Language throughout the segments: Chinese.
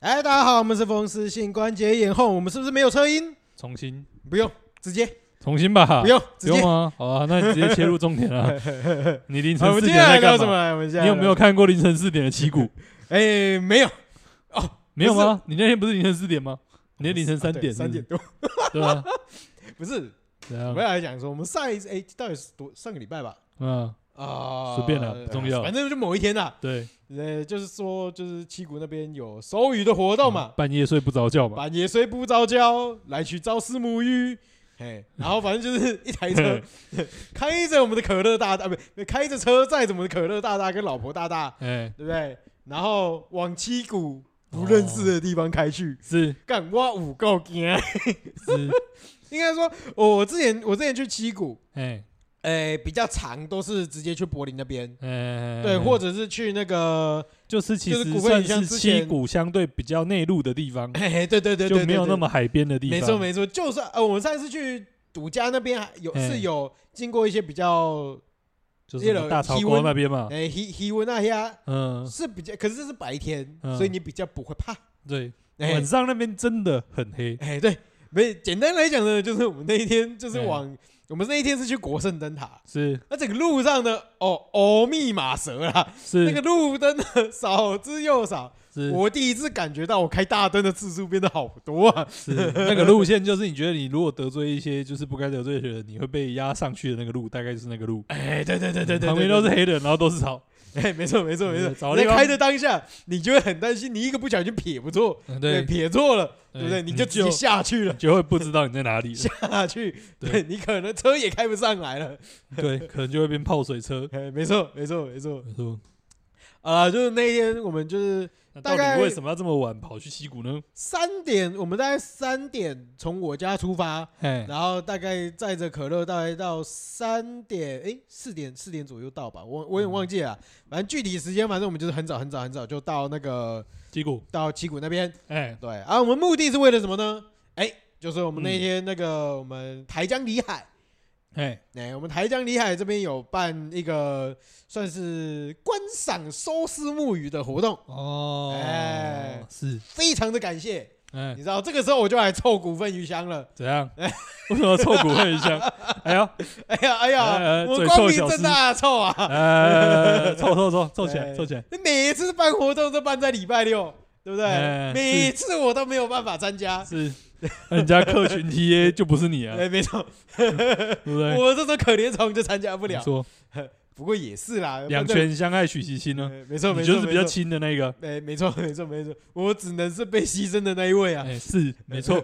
哎，大家好，我们是风湿性关节炎后，我们是不是没有车音？重新，不用，直接重新吧，不用，直接啊不 用。吗？好啊，那你直接切入重点了。你凌好我晨们四接点下来在聊干什么嘛？来？我们接下来你有没有看过凌晨四点的 旗鼓？聊？哎，没有，没有吗？你那天不是凌晨四点吗？你那天凌晨三啊对点，三点，多， 对啊，不是，对我啊们，来讲说，我们上一次哎，到底是多上个礼拜吧？嗯，啊，随便啦不重要反正就某一天啦。对，呃，就是说，就是七谷那边有收鱼的活动嘛，半夜睡不着觉嘛，把野虽不着交来去朝思暮浴，嘿，然后反正就是一台 车开着我们的可乐大大，啊不，开着车载着我们的可乐大大跟老婆大大，哎，对不对？然后往七谷不认识的地方开去，是干哇五够惊！是，应该说，哦我之前我之前去七谷，哎诶、比较长都是直接去柏林那边，哎，对，或者者是去那个，就是其就是实古味算很像是之七前股相对比较内陆的地方，嘿嘿， 对对对对就对没有对那么海边的地方。没错没错，就算呃，我们上次去赌家那边还有哎是有经过一些比较就是什么大草气沟温那边嘛，哎黑黑温那些嗯，是比较，可是这是白天，嗯所以你比较不会怕。对，哎晚上那边真的很黑，哎，对，没简单来讲呢，就是我们那一天就是哎往我们那一天是去国圣灯塔，是那整个路上呢，哦哦密码蛇啦，是那个路灯呢少之又少。是我第一次感觉到我开大灯的次数变得好多啊！是 那个路线，就是你觉得你如果得罪一些就是不该得罪的人，你会被压上去的那个路，大概就是那个路。哎，对对对对对，旁对边都是黑人，然后都是草。 哎，没错没错没对错，找你地在方开的当下，你就会很担心，你一个不小心撇不错，嗯对，撇错了，对不对？对你你就直接就下去了，就会不知道你在哪里了。下去，对对你可能车也开不上来了。对，可能就会变泡水车。哎，没错没错没错，没错。啊，就是那一天我们就是那大到概底为什么要这么晚跑去溪谷呢？三点，我们大概三点从我家出发，哎，然后大概载着可乐，大概到三点，哎，四点四点左右到吧，我我有点忘记了啊，反正具体时间，反正我们就是很早很早很早就到那个溪谷，到旗鼓那边。哎，对啊，我们目的是为了什么呢？哎、就是我们嗯那天那个我们台江里海，哎，哎、我们台江里海这边有办一个算是观赏收丝木鱼的活动，哦哎是，非常的感谢。哎你，知道这个时候我就来凑股份鱼香了， 怎样？为什么臭骨会香？哎哎呀，呀哎哎哎呀，哎我嘴光臭明小正司大地凑啊！哎，臭臭臭，臭起哎来，臭 起来。每一次办活动都办在礼拜六，对不哎对？是每一次我都没有办法参加。是，人家客群 TA 就不是你啊，哎，没错， 对不 对？我这种可怜虫就参加不你了。说不过也是啦，两哎反正全相爱取其轻呢，哎没错，没你错，就是比较没错轻的那个。哎，没错， 没错，没错，我只能是被牺牲的那一位啊。哎，是没错，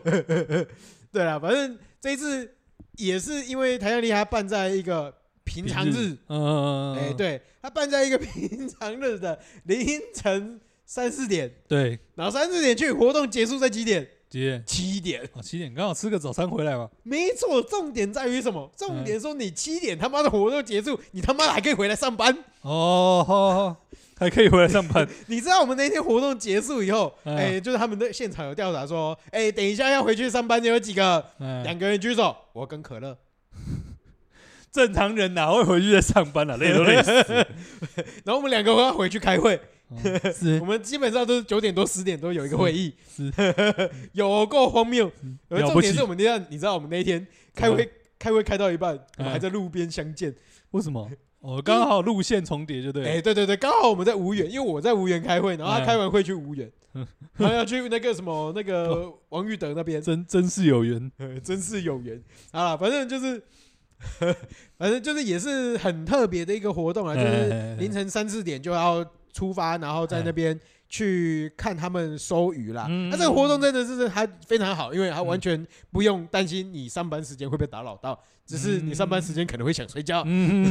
对啦，反正这一次也是因为台江梨还办在一个平常日，嗯嗯嗯，哎，对，他办在一个 平常日的凌晨三四点，对，然后三四点去，活动结束在几点？几点？七点。哦，七点刚好吃个早餐回来嘛。没错，重点在于什么？重点说你七点他妈的活动结束，你他妈的还可以回来上班。哦，好好，还可以回来上班。你知道我们那天活动结束以后，嗯哎，就是他们的现场有调查说，哎，等一下要回去上班的有几个？哎， 两个人举手，我跟可乐。正常人哪会回去再上 班啊？累都累死了。然后我们两个要回去开会，哦我是们基本上都是九点多、十点多有一个会议是， 嗯有够荒谬。而了重不点起是我，们那天，你知道我们那一天开怎会，开会开到一半，我们嗯还在路边相见。为什么？哦，刚好路线重叠就对哎，了。对对对，刚好我们在无缘，因为我在无缘开会，然后他嗯开完会去无 缘，嗯然后要去那个什么那 个王玉德那边，真真是有缘，呃真是有缘。好了，反正就是。反正就是也是很特别的一个活动啊，就是凌晨三四点就要出发，然后在那边去看他们收鱼啦。嗯那这个活动真的是还非常好，因为它完全不用担心你上班时间会被打扰到，只是你上班时间可能会想睡觉。嗯嗯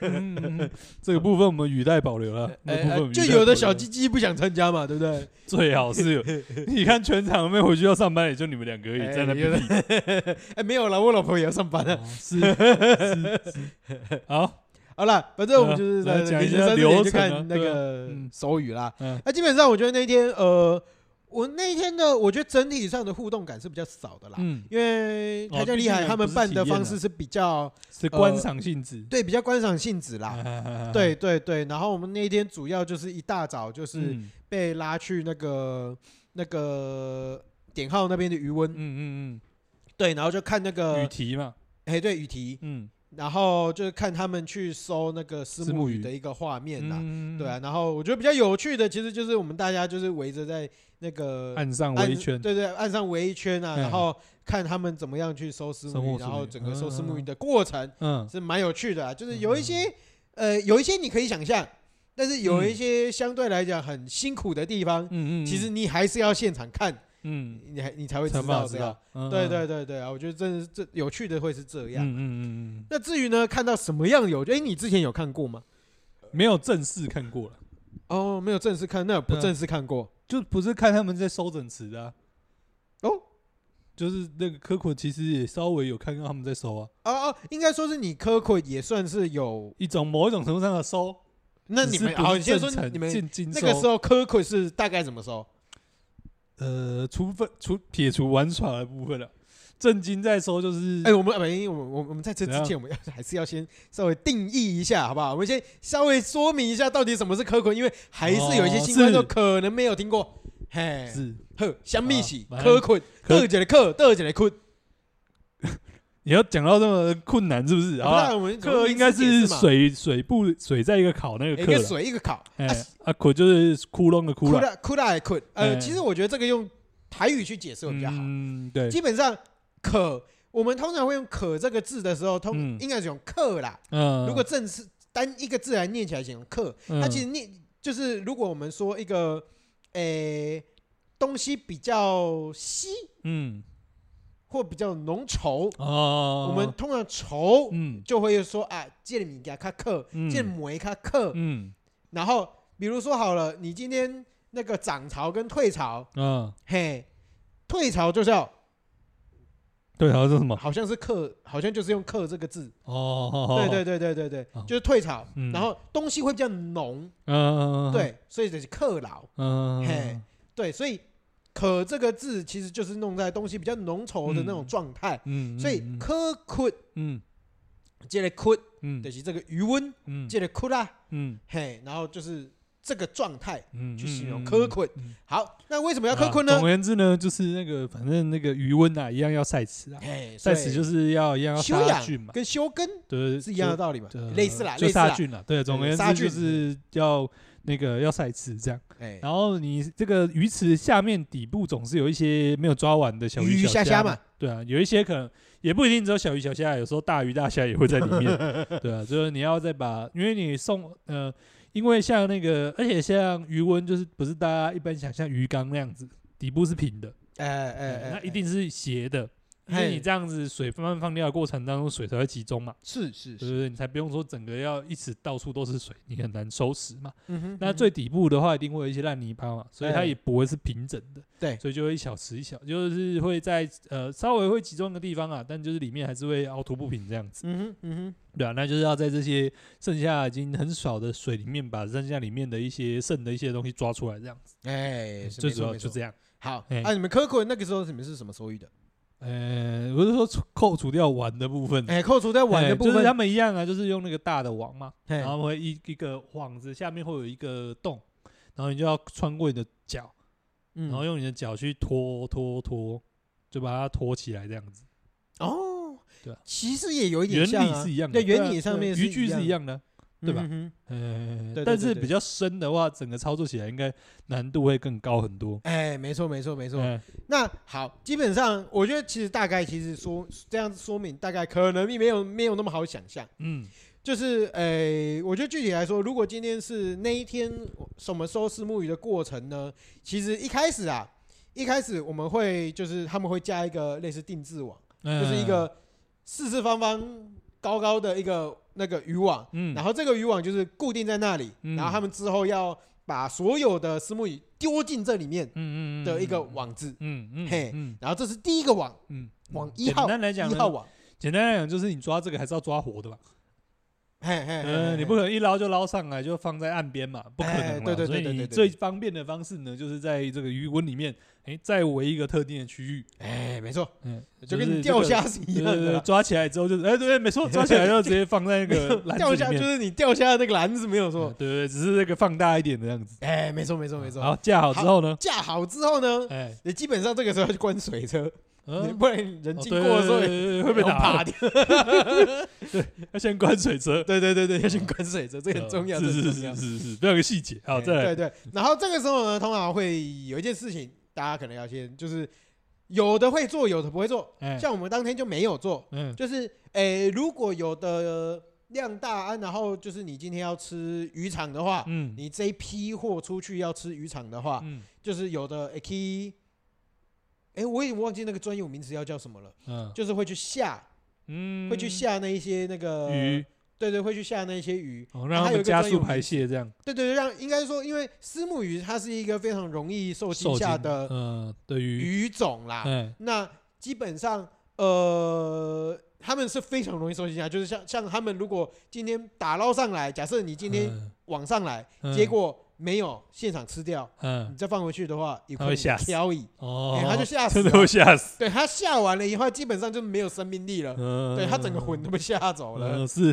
嗯嗯 嗯，这个部分我们语带保留了。那哎部分我哎们语就带有保的留小鸡鸡不想参加嘛，对不对？最好是 有，你看全场没回去要上班，也就你们两个而哎已在有那边的 比。哎，没有了，我老婆也要上班啊 了。哦是是是，好，好了，反正我们嗯就是来讲一下三点流去程啊看那对啊个嗯手语啦。嗯，那基本上我觉得那天呃，我那天的我觉得整体上的互动感是比较少的啦。嗯，因为台哦江厉毕竟害，也他不们是办体的验啊方啦式是比较是观赏性质，对比较观赏性质呃啦。 啊对，对对，然后我们那一天主要就是一大早就是嗯被拉去那个那个点号那边的余温，嗯嗯对，然后就看那嗯，个雨，题嘛，哎，对，雨题，嗯，然后就是看他们去搜那个丝丝木木鱼鱼的一个画面啦，嗯对啊，，然后我觉得比较有趣的，其实就是我们大家就是围着在那个岸上岸围一圈，对对，岸上围一圈啊，嗯然后看他们怎么样去收丝收木获鱼，然丝木后鱼整个收丝木鱼嗯的过程嗯，是蛮有趣的啊，就是有一些呃，有一些你可以想象，但是有一些相对来讲很辛苦的地方，嗯嗯嗯，其实你还是要现场看，嗯，你还你才会嗯，知才道法这知样。道，嗯对对，对对啊，我觉得真的是这有趣的会是这嗯样。嗯嗯嗯那至于呢，看到什么样有，哎，你之前有看过吗？嗯，没有正式看过了，哦，没有正式看，那不对啊正式看过就不是看他们在收整池的啊，哦。就是那个科库其实也稍微有看到他们在收啊，哦哦，应该说是你科奎也算是有，一种某一种程度上的收，那只你是们不好，是你先说正常你们进进那个收时候科奎是大概怎么收？呃，除非除撇除玩耍的部分了，啊正经在收就是，哎、我们哎，我们我们我们在这之怎前，我们要还是要先稍微定义一下，好不好？我们先稍微说明一下到底什么是科奎，因为还是有一些新观众哦是可能没有听过。嘿，是呵，香蜜喜啊科奎，科得一个克，得一个坤，你要讲到这么困难是不是？不好吧然我们克应该是，水水部水在一个烤那个一克个啦，水一个烤，哎啊苦就是窟窿的窟库了，拉库拉的坤。呃，哎其实我觉得这个用台语去解释会比较好。嗯对，基本上可，我们通常会用“可”这个字的时候，通、嗯应该是用“克”啦。嗯，如果正是单一个字来念起来，用“克”，它其实念就是，如果我们说一个诶、东西比较稀嗯或比较浓稠，哦，我们通常稠嗯就会说啊，这米给它克，嗯这梅它克。嗯然后比如说好了，你今天那个涨潮跟退潮，啊，嘿，退潮就是要对，还有这什么？好像是克，好像就是用克这个字。哦，对对对对对对，哦就是退潮，嗯然后东西会比较浓，嗯，嗯，对，所以就是克劳，嗯，嘿，对，所以“可”这个字其实就是弄在东西比较浓稠的那种状态，嗯，所以“科困嗯”接着“困嗯”就，是这个余温嗯接着“困”啦，嗯嘿，然后就是这个状态嗯，去形容科困嗯嗯。好，那为什么要科啊困呢总？而言之呢，就是那个反正那个余温啊，一样要晒池啊，嘿，晒池就是是要一样要修杀养菌嘛，跟修根对，是一样的道理嘛就，呃，类似啦，就类似杀啦，菌了。对，总而言杀菌之就是要那个要晒池这样。哎，然后你这个鱼池下面底部总是有一些没有抓完的小鱼鱼鱼小虾虾嘛嘛，对啊，有一些可能也不一定只有小鱼小虾，有时候大鱼大虾也会在里 面，对啊，就是你要再把，因为你送呃，因为像那个，而且像鱼温就是不是大家一般想象鱼缸那样子，底部是平的，哎哎哎哎，那一定是斜的，因为嘿你这样子水慢慢放掉的过程当中，水才会集中嘛，是是对是，不对？你才不用说整个要一直到处都是水，你很难收拾嘛。嗯哼嗯那哼最底部的话，一定会有一些烂泥巴嘛，所以它也不会是平整的。对所以就会一小池一小，就是会在呃稍微会集中一个地方啊，但就是里面还是会凹凸不平这样子，嗯哼嗯哼。对啊，那就是要在这些剩下已经很少的水里面，把剩下里面的一些剩的一些东西抓出来，这样子。哎，是没最主错要没就错这样。好，哎啊，你们科库那个时候你们是什么收益的？呃，我是说除扣除掉玩的部分，哎，扣除在碗哎的部就是他分，哎们一样啊，就是用那个大的网嘛，嘿然后会一一个网子下面会有一个洞，然后你就要穿过你的脚。嗯然后用你的脚去拖拖拖，就把它拖起来这样子。哦，对啊其实也有一点原像理啊是，一样的，对原啊理上面对是渔具一是一样样的，对吧嗯哼呃对，对但对是对比较深的话，整个操作起来应该难度会更高很多。哎，没错没错没错。嗯那好，基本上我觉得其实大概其实说这样子说明，大概可能没有没有那么好想象。嗯就是诶、我觉得具体来说，如果今天是那一天什么收丝木鱼的过程呢？其实一开始啊，一开始我们会就是他们会加一个类似定制网，就是一哎嗯个四四方方高高的一个那个渔网，嗯然后这个渔网就是固定在那里，嗯然后他们之后要把所有的丝木鱼丢进这里面嗯嗯嗯的一个网子，嗯嗯嘿嗯然后这是第一个网，嗯往嗯一号简单来讲一呢，号网，简单来讲就是你抓这个还是要抓活的吧？嘿嘿，嗯，你不可能一捞就捞上来，就放在岸边嘛，不可能哎嘛。对对对所以对你对对最方便的方式呢，就是在这个鱼温里面，哎，再围一个特定的区域，哎，没错，嗯，就就是跟这你钓个虾是一样对对的对，啦。抓起来之后就是，哎，对，没错，抓起来就直接放在那 个篮钓子虾里就面，是你钓虾的那个篮子没有嗯错，对对，对只是这个放大一点的样子。哎，没错没错没错。好，架好之后呢，架好之后呢，哎，你基本上这个时候就关水车，你嗯，不然人经过的时候哦对对也对对会被要打趴，掉。要先关水车，对对对对，要先关水车，这个很重要，是这嗯是个是很重要是。是是，这有个细节，好，哎再来，对对，然后这个时候呢，通常会有一件事情，大家可能要先就是有的会做，有的不会做。哎，像我们当天就没有做，嗯，就是诶、如果有的量大啊，然后就是你今天要吃渔场的话，嗯，你这一批货出去要吃渔场的话，嗯就是有的 a k 哎，我已经忘记那个专有名词要叫什么了，嗯就是会去下，嗯，会去下那一些那个鱼，，对对，会去下那一些鱼，哦，让它他有们一个加专速有排名泄这样，对对对，让应该说，因为丝木鱼它是一个非常容易受惊受吓精的嗯的鱼，鱼种啦，哎，那基本上，呃，他们是非常容易受惊吓，就是像像他们如果今天打捞上来，假设你今天嗯网上来，嗯结果没有现场吃掉，你嗯再放回去的话，也他会吓死漂移，哦哎，他就吓死 真的会了。吓死，对他吓完了以后，基本上就没有生命力了，嗯，对他整个魂都被吓走了。嗯是，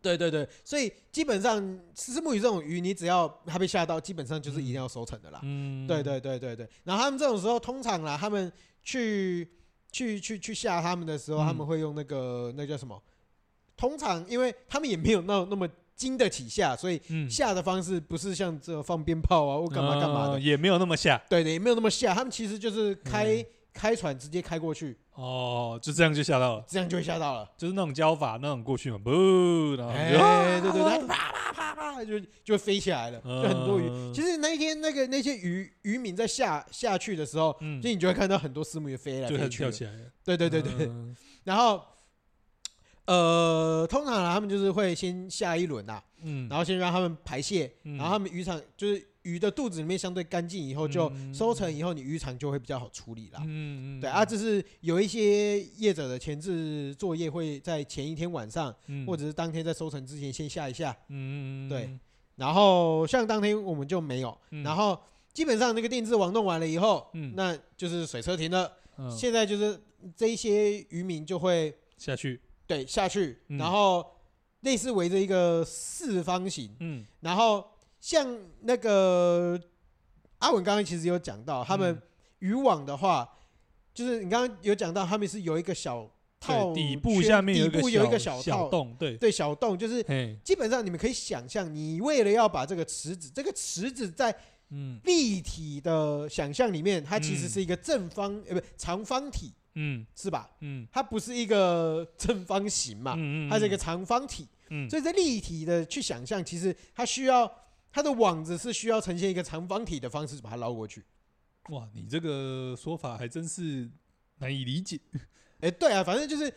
对对对，所以基本上石目鱼这种鱼，你只要它被吓到，基本上就是一定要收成的啦。嗯，啊对，对对对对。然后他们这种时候，通常啦，他们去去去去吓他们的时候，嗯他们会用那个那叫什么？通常因为他们也没有那那么经得起吓，所以嗯，吓的方式不是像这种放鞭炮啊或干嘛干嘛的嗯，也没有那么吓，对的，也没有那么吓。他们其实就是开嗯开船直接开过去，哦，就这样就吓到了，这样就会吓到了。就是那种教法那种过去嘛，不，然后就哎，对对啊对，它啪啪啪啪就就会飞起来了，就很多鱼。嗯其实那一天那个那些渔渔民在下下去的时候，嗯就，你就会看到很多丝母鱼飞来就飞很去跳的。起来了，对对对对，嗯，然后呃，通常啊他们就是会先下一轮啊，嗯，然后先让他们排泄，嗯然后他们渔场就是鱼的肚子里面相对干净以后，就嗯收成以后，你渔场就会比较好处理啦。嗯，嗯对啊，，这是有一些业者的前置作业会在前一天晚上，嗯啊或者是当天在收成之前先下一下。嗯，嗯对，然后像当天我们就没有，嗯然后基本上那个定制网弄完了以后，嗯那就是水车停了。嗯嗯，现在就是这一些渔民就会下去，对，下去，嗯然后类似围着一个四方形，嗯，然后像那个阿文刚刚其实有讲到，他们嗯渔网的话，就是你刚刚有讲到，他们是有一个小套对，底圈部下面有底一个部有一个小套，洞，对，对，小洞就是。嘿，基本上你们可以想象，你为了要把这个池子，这个池子在嗯立体的想象里面，它其实嗯是一个正方，呃，不长方体，嗯是吧？嗯，它不是一个正方形嘛，嗯它是一啊个，长方体，嗯所以在立体的去想象，其实它需要它的网子是需要呈现一个长方体的方式把它捞过去。哇，你这个说法还真是难以理解。哎、对啊，反正就是，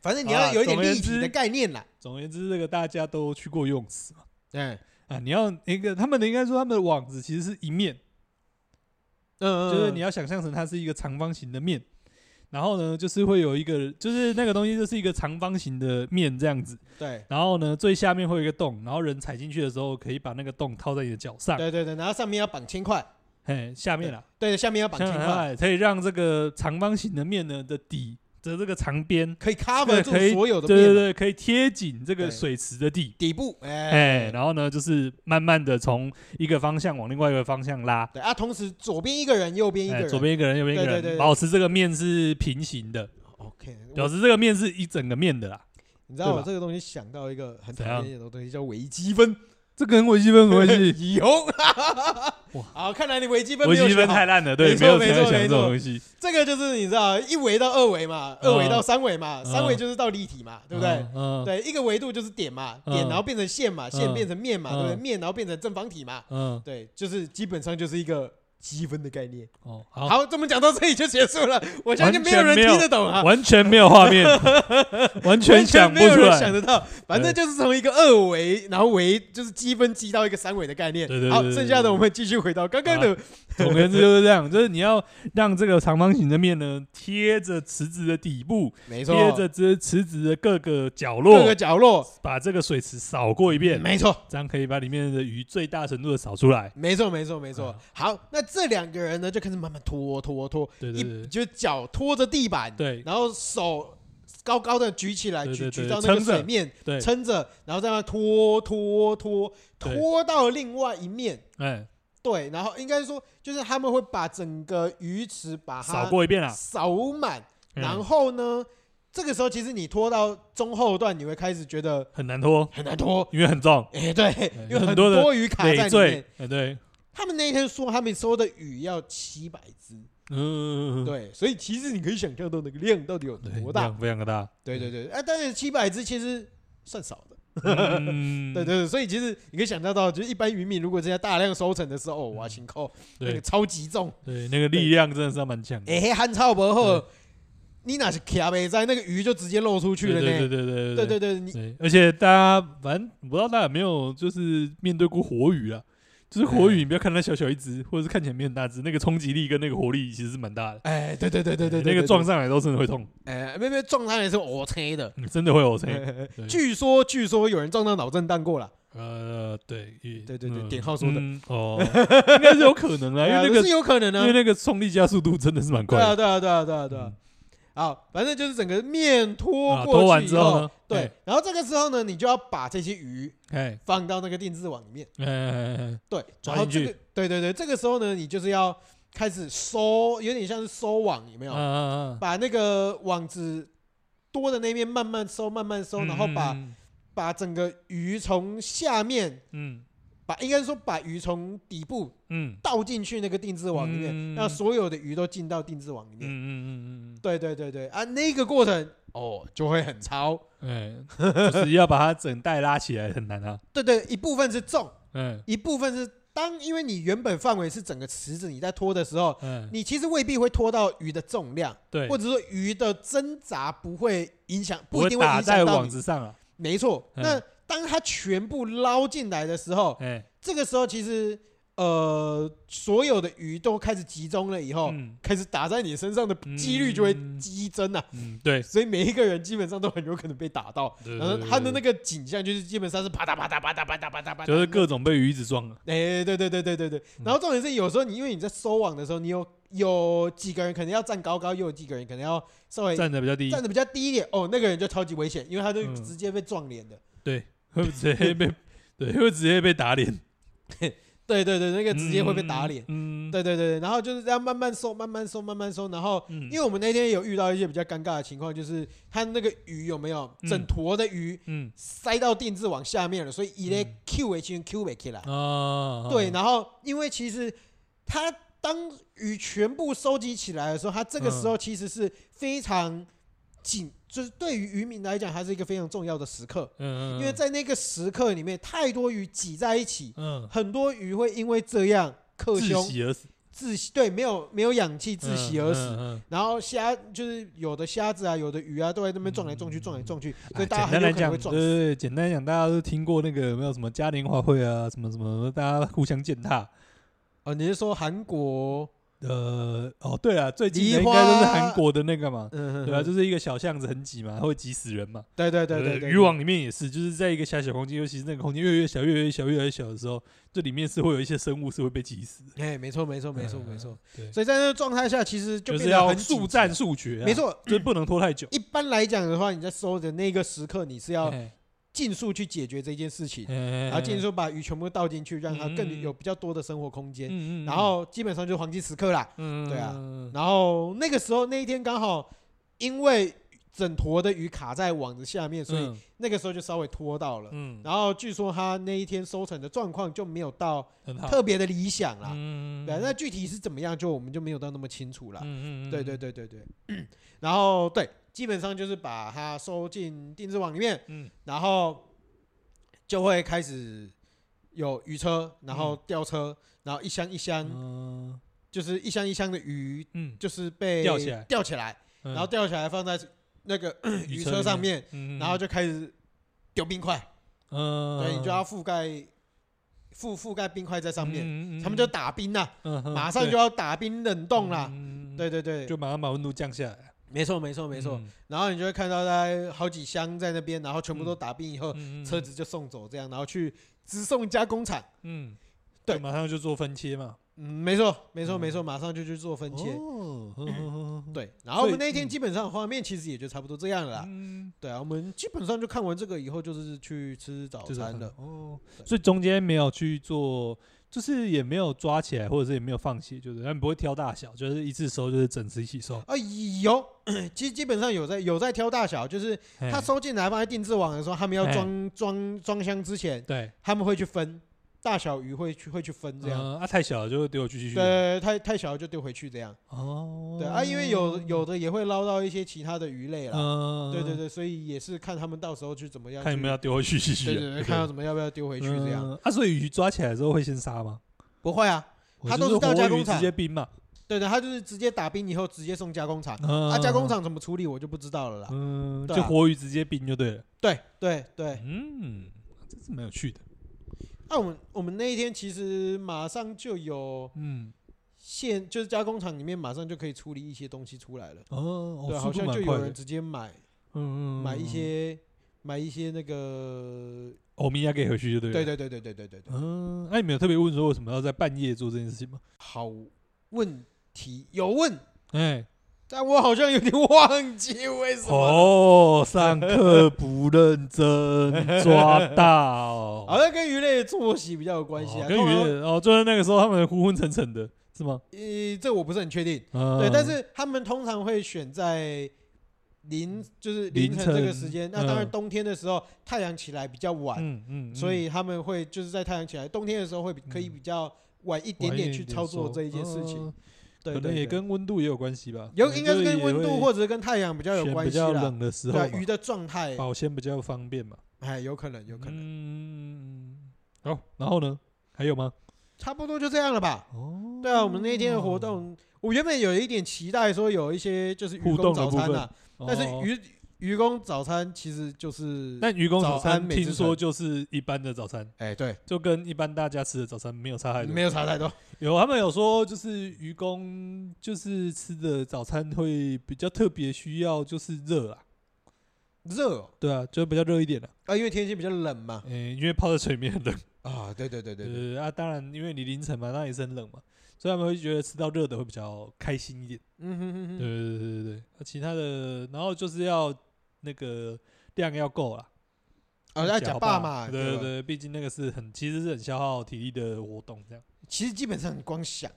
反正你要好啦有一点啊总而立体言之的概念啦。总而言之，这个大家都去过游泳池嘛，嗯啊，你要那个他们的应该说他们的网子其实是一面，嗯，就是你要要想象成它是一个长方形的面，然后呢，就是会有一个，就是那个东西就是一个长方形的面这样子，嗯对然后呢，最下面会有一个洞，然后人踩进去的时候可以把那个洞套在你的脚上，对对对，然后上面要绑千块，嘿，下面啦，啊对，下面要绑千块，哎可以让这个长方形的面呢的底的这个长边，可以 cover 住可以所有对的面对嘛对，可以贴紧这个对水池的底。底部，哎、哎，然后呢，就是慢慢的从一个方向往另外一个方向拉，对啊，同时左边一个人，右边一个哎，人，左边一个人，右边一个对对对人，对保持这个面是平行的， OK 我。表示这个面是一整个面的啦。你知道对我吧这个东西想到一个很怎讨样厌的东西，叫微积分。这跟微积分什么关系？ 有，哇好，看来你微积分微没有积学分好太烂了，对，没错没有人没要错想这没种错东西，这个就是你知道一维到二维嘛，嗯二维到三维嘛，嗯三维就是到立体嘛，对不对？嗯？嗯，对，一个维度就是点嘛，嗯点然后变成线嘛，线嗯变成面嘛，对不对？嗯面然后变成正方体嘛，嗯，对，就是基本上就是一个积分的概念。哦，好，好，这么讲到这里就结束了，我相信完没全有人没有听得懂啊。完全没有 画面，完全完想不没有出人想来。得到，反正就是从一个二维，然后维就是积分积到一个三维的概念。对对对好，对对剩下的我们继续回到刚刚的总而言之就是这样，就是你要让这个长方形的面呢贴着池子的底部，没错，贴着这池子的各个角各落个，角落，嗯把这个水池扫过一遍，没错，这样可以把里面的鱼最大程度的扫出来。没错，没错，没错啊。好，那这两个人呢，就开始慢慢拖拖拖，对对一对就脚拖着地板，对然后手高高的举起来，对举对举对到那个撑着水面，对，撑着，然后再慢慢拖拖拖，对拖到另外一面。哎，对，然后应该说就是他们会把整个鱼池把它扫过一遍啊啦。啊扫满，嗯然后呢，这个时候其实你拖到中后段，你会开始觉得很难拖，很难拖。因为很重，哎、对，有嗯很很多的多鱼卡在里累面赘。。哎，对，他们那天说他们收的鱼要七百只，嗯，对，所以其实你可以想象到那个量到底有对，多大。量非常的大。对对对，啊，但是七百只其实算少的。嗯，对对对，所以其实你可以想象到，就是一般渔民如果这样大量收成的时候，哦我要辛苦，那个嗯对嗯超级重，对，那个力量真的是蛮强的。哎，嘿，汉超不后，你哪是卡没在那个鱼就直接露出去了呢？对对对对对对对对，你对，而且大家反正我不知道大家有没有就是面对过活鱼啊，就是活嗯鱼，你不要看它小小一只，或者是看起来没很大只，那个冲击力跟那个活力其实是蛮大的。哎，对对对对对，对那个撞，上来都真的会痛，对哎，没没撞上也是我吹的。嗯真的会有声音。对据说据说有人撞到脑震荡过了，呃，对，也对对对嗯点浩说的嗯哦，应该是有可能啊 啦，因为那哎呀个是有可能因为呢。那个冲力加速度真的是蛮快对啊的。对啊对啊对啊对啊。好，反正就是整个面拖啊过拖完去之以后呢，对，然后这个时候呢，你就要把这些鱼哎，放到那个电子网里面。哎哎哎，哎对，抓然后进这去个对对对，这个时候呢，你就是要开始收，有点像是收网，有没嗯有？嗯嗯，把那个网子多的那边慢慢收，慢慢收，嗯然后把嗯把整个鱼从下面，嗯把应该是说把鱼从底部嗯倒进去那个定制网里面，嗯让所有的鱼都进到定制网里嗯面。嗯嗯嗯对对对对，啊，那个过程哦就会很超。嗯， 哎，就是要把它整袋拉起来很难啊。对对，一部分是重，嗯一部分是当因为你原本范围是整个池子，你在拖的时候，嗯，你其实未必会拖到鱼的重量，对，或者说鱼的挣扎不会影响，不不一定打影在响到网你。子上啊。没错，嗯那当它全部捞进来的时候，哎，这个时候其实呃，所有的鱼都开始集中了以后，嗯开始打在你身上的几率就会嗯激增呐、嗯，对，所以每一个人基本上都很有可能被打到，对然后对对呃他的那对个景象就是基本上是啪嗒啪嗒啪嗒啪嗒啪嗒啪嗒，就是各嗯种被鱼子撞啊了。哎，对对对对对对。然后重点是，有时候你因为你在收网的时候，你有有几个人可能要站高高，又有几个人可能要稍微站的比较低，哎站的比较低一点，哦，那个人就超级危险，因为他就嗯直接被撞脸的。会直接 被，对，会直接被打脸，对对对，那个直接会被打脸。嗯，对对对，然后就是这样慢慢收，慢慢收，慢慢收。然后，嗯，因为我们那天有遇到一些比较尴尬的情况，就是他那个鱼有没有嗯整坨的鱼嗯塞到定制网下面了，所以一类嗯 Q 为先 Q 为起来。啊，对，然后因为其实它当鱼全部收集起来的时候，它这个嗯时候其实是非常紧，就是对于渔民来讲，它是一个非常重要的时刻，嗯，因为在那个时刻里面，太多鱼挤在一起，嗯很多鱼会因为这样克窒凶、息而死，嗯窒息，对，没有没有氧气窒息而死。死。然后虾就是有的虾子啊，有的鱼啊，都在那边撞来撞去，撞来撞去，所以哎大家简很单有可能来讲，呃会对撞死。对，简单来讲，大家都听过那个有没有什么嘉年华会啊，什么什么，大家互相践踏。哦，你是说韩国？呃，哦，对啊，最近梨的应该都是花韩国的那个嘛，嗯，对啊，就是一个小巷子很挤嘛，会挤死人嘛。对对对呃对对，渔网里面也是，就是在一个狭小空间，尤其是那个空间越来越小、越来越小、越来越小的时候，这里面是会有一些生物是会被挤死的。哎，没错，没错，没错，嗯没错。对，所以在那个状态下，其实就是变得要很紧速急战速决、啊，没，错，就是不能拖太久。一般来讲的话，你在收的那个时刻，你是要哎尽速去解决这件事情，哎然后尽速把鱼全部倒进去，让它嗯嗯更嗯有比较多的生活空间。嗯然，后基本上就是黄金时刻啦。嗯，对啊嗯，然后那个时候那一天刚好因为整坨的鱼卡在网子下面，所以嗯那个时候就稍微拖到了。嗯，然后据说他那一天收成的状况就没有到很好，特别的理想啦。嗯，对啊，那具体是怎么样，就我们就没有到那么清楚啦。嗯嗯，对对，对对对，然后对，基本上就是把它收进定制网里面，嗯然后就会开始有鱼车，然后吊车，然后一箱一箱，嗯就是一箱一箱的鱼，嗯，就是被吊起来吊起来，然后吊起来放在那 个鱼鱼嗯车车里上面，嗯，然后就开始丢冰块，嗯，对你就要覆盖覆覆盖冰块在上面，面他们就打冰啦，马马上就要打冰冷冻啦。，嗯，对对对，就马上把温度降下来，没错没错没错。嗯，然后你就会看到大概好几箱在那边，然后全部都打冰以后，嗯车，子就送走这样，然后去直送加工厂。嗯，嗯对就马上就做分切嘛，嗯，没错没错嗯没错，马上就去做分切。嗯哦，对，然后我所们以那一天嗯基本上画面其实也就差不多这样了啦。嗯，对啊，我们基本上就看完这个以后，就是去吃早就是餐很了。哦，对所以中间没有去做，就是也没有抓起来，或者是也没有放弃，就是他们不会挑大小，就是一次收就是整只一起收。啊，有， 其实基本上有在有在挑大小，就是嘿他收进来放在定制网的时候，他们要嘿装装装箱之前，对，他们会去分大小鱼会去会去分这样。嗯，啊太小了就会丢去去去。对，啊太太小就丢回去这样。哦，对啊，因为有有的也会捞到一些其他的鱼类啦。嗯，对对对，所以也是看他们到时候去怎么样去。看有没有要丢回去去去。对对对，看要怎么要不要丢回去这样。嗯啊，所以鱼抓起来的时候会先杀吗？不会啊，它我都就是到活加工鱼厂啊直接冰嘛。对的，他就是直接打冰以后直接送加工厂。啊啊，加工，厂怎么处理我就不知道了啦。嗯，对就啊活鱼直接冰就对了。对对对，啊嗯，这是蛮有趣的。那、我们我们那一天其实马上就有嗯，现，就是加工厂里面马上就可以处理一些东西出来了。哦哦，对，速好度像蛮就快有的人直接买嗯嗯，买一些买一些那个，欧哦米亚给回去就对了。啊对对对对对对对对，嗯，那、你没有特别问说为什么要在半夜做这件事情吗？好问题有问，哎、但我好像有点忘记为什么了。哦，上课不认真，抓 到，好像跟鱼类的作息比较有关系啊，哦跟鱼通常，类哦，就是那个时候他们昏昏沉沉的，是吗？呃，这我不是很确定。嗯，对，但是他们通常会选在凌，就是凌凌晨这个晨时间。那当然，嗯冬天的时候太阳起来比较晚，嗯嗯，所以他们会就是在太阳起来，冬天的时候会比可以嗯比较晚一晚点点去操作这一件事情。嗯对，可能对也对跟温度也有关系吧，有可能应该是就跟温也度会或者是跟太阳比较有选关比系较啦。冷的时候对啊，嘛鱼的状态，保鲜比较方便嘛，哎，有可能，有可能，嗯，好，然后呢，还有吗？差不多就这样了吧。哦，对啊，我们那天的活动，我原本有一点期待说有一些就是互愚公动的早部餐分啊，但是哦愚愚公早餐其实就是，但愚公早早安餐美之听说就是一般的早餐，哎，对，就跟一般大家吃的早餐没有差太多没。有差太多。有他们有说，就是愚公就是吃的早餐会比较特别，需要就是热啊，热哦对啊，就比较热一点的、啊，啊，因为天气比较冷嘛。嗯、因为泡在水里面很冷，啊，对对对对对，呃啊，当然因为你凌晨嘛，那也是很冷嘛，所以他们会觉得吃到热的会比较开心一点。嗯哼哼对哼，对对对对，啊其他的然后就是要那个量要够啦。啊，要假爸嘛，对对对吧，对，毕竟那个是很其实是很消耗体力的活动，这样。其实基本上你光想，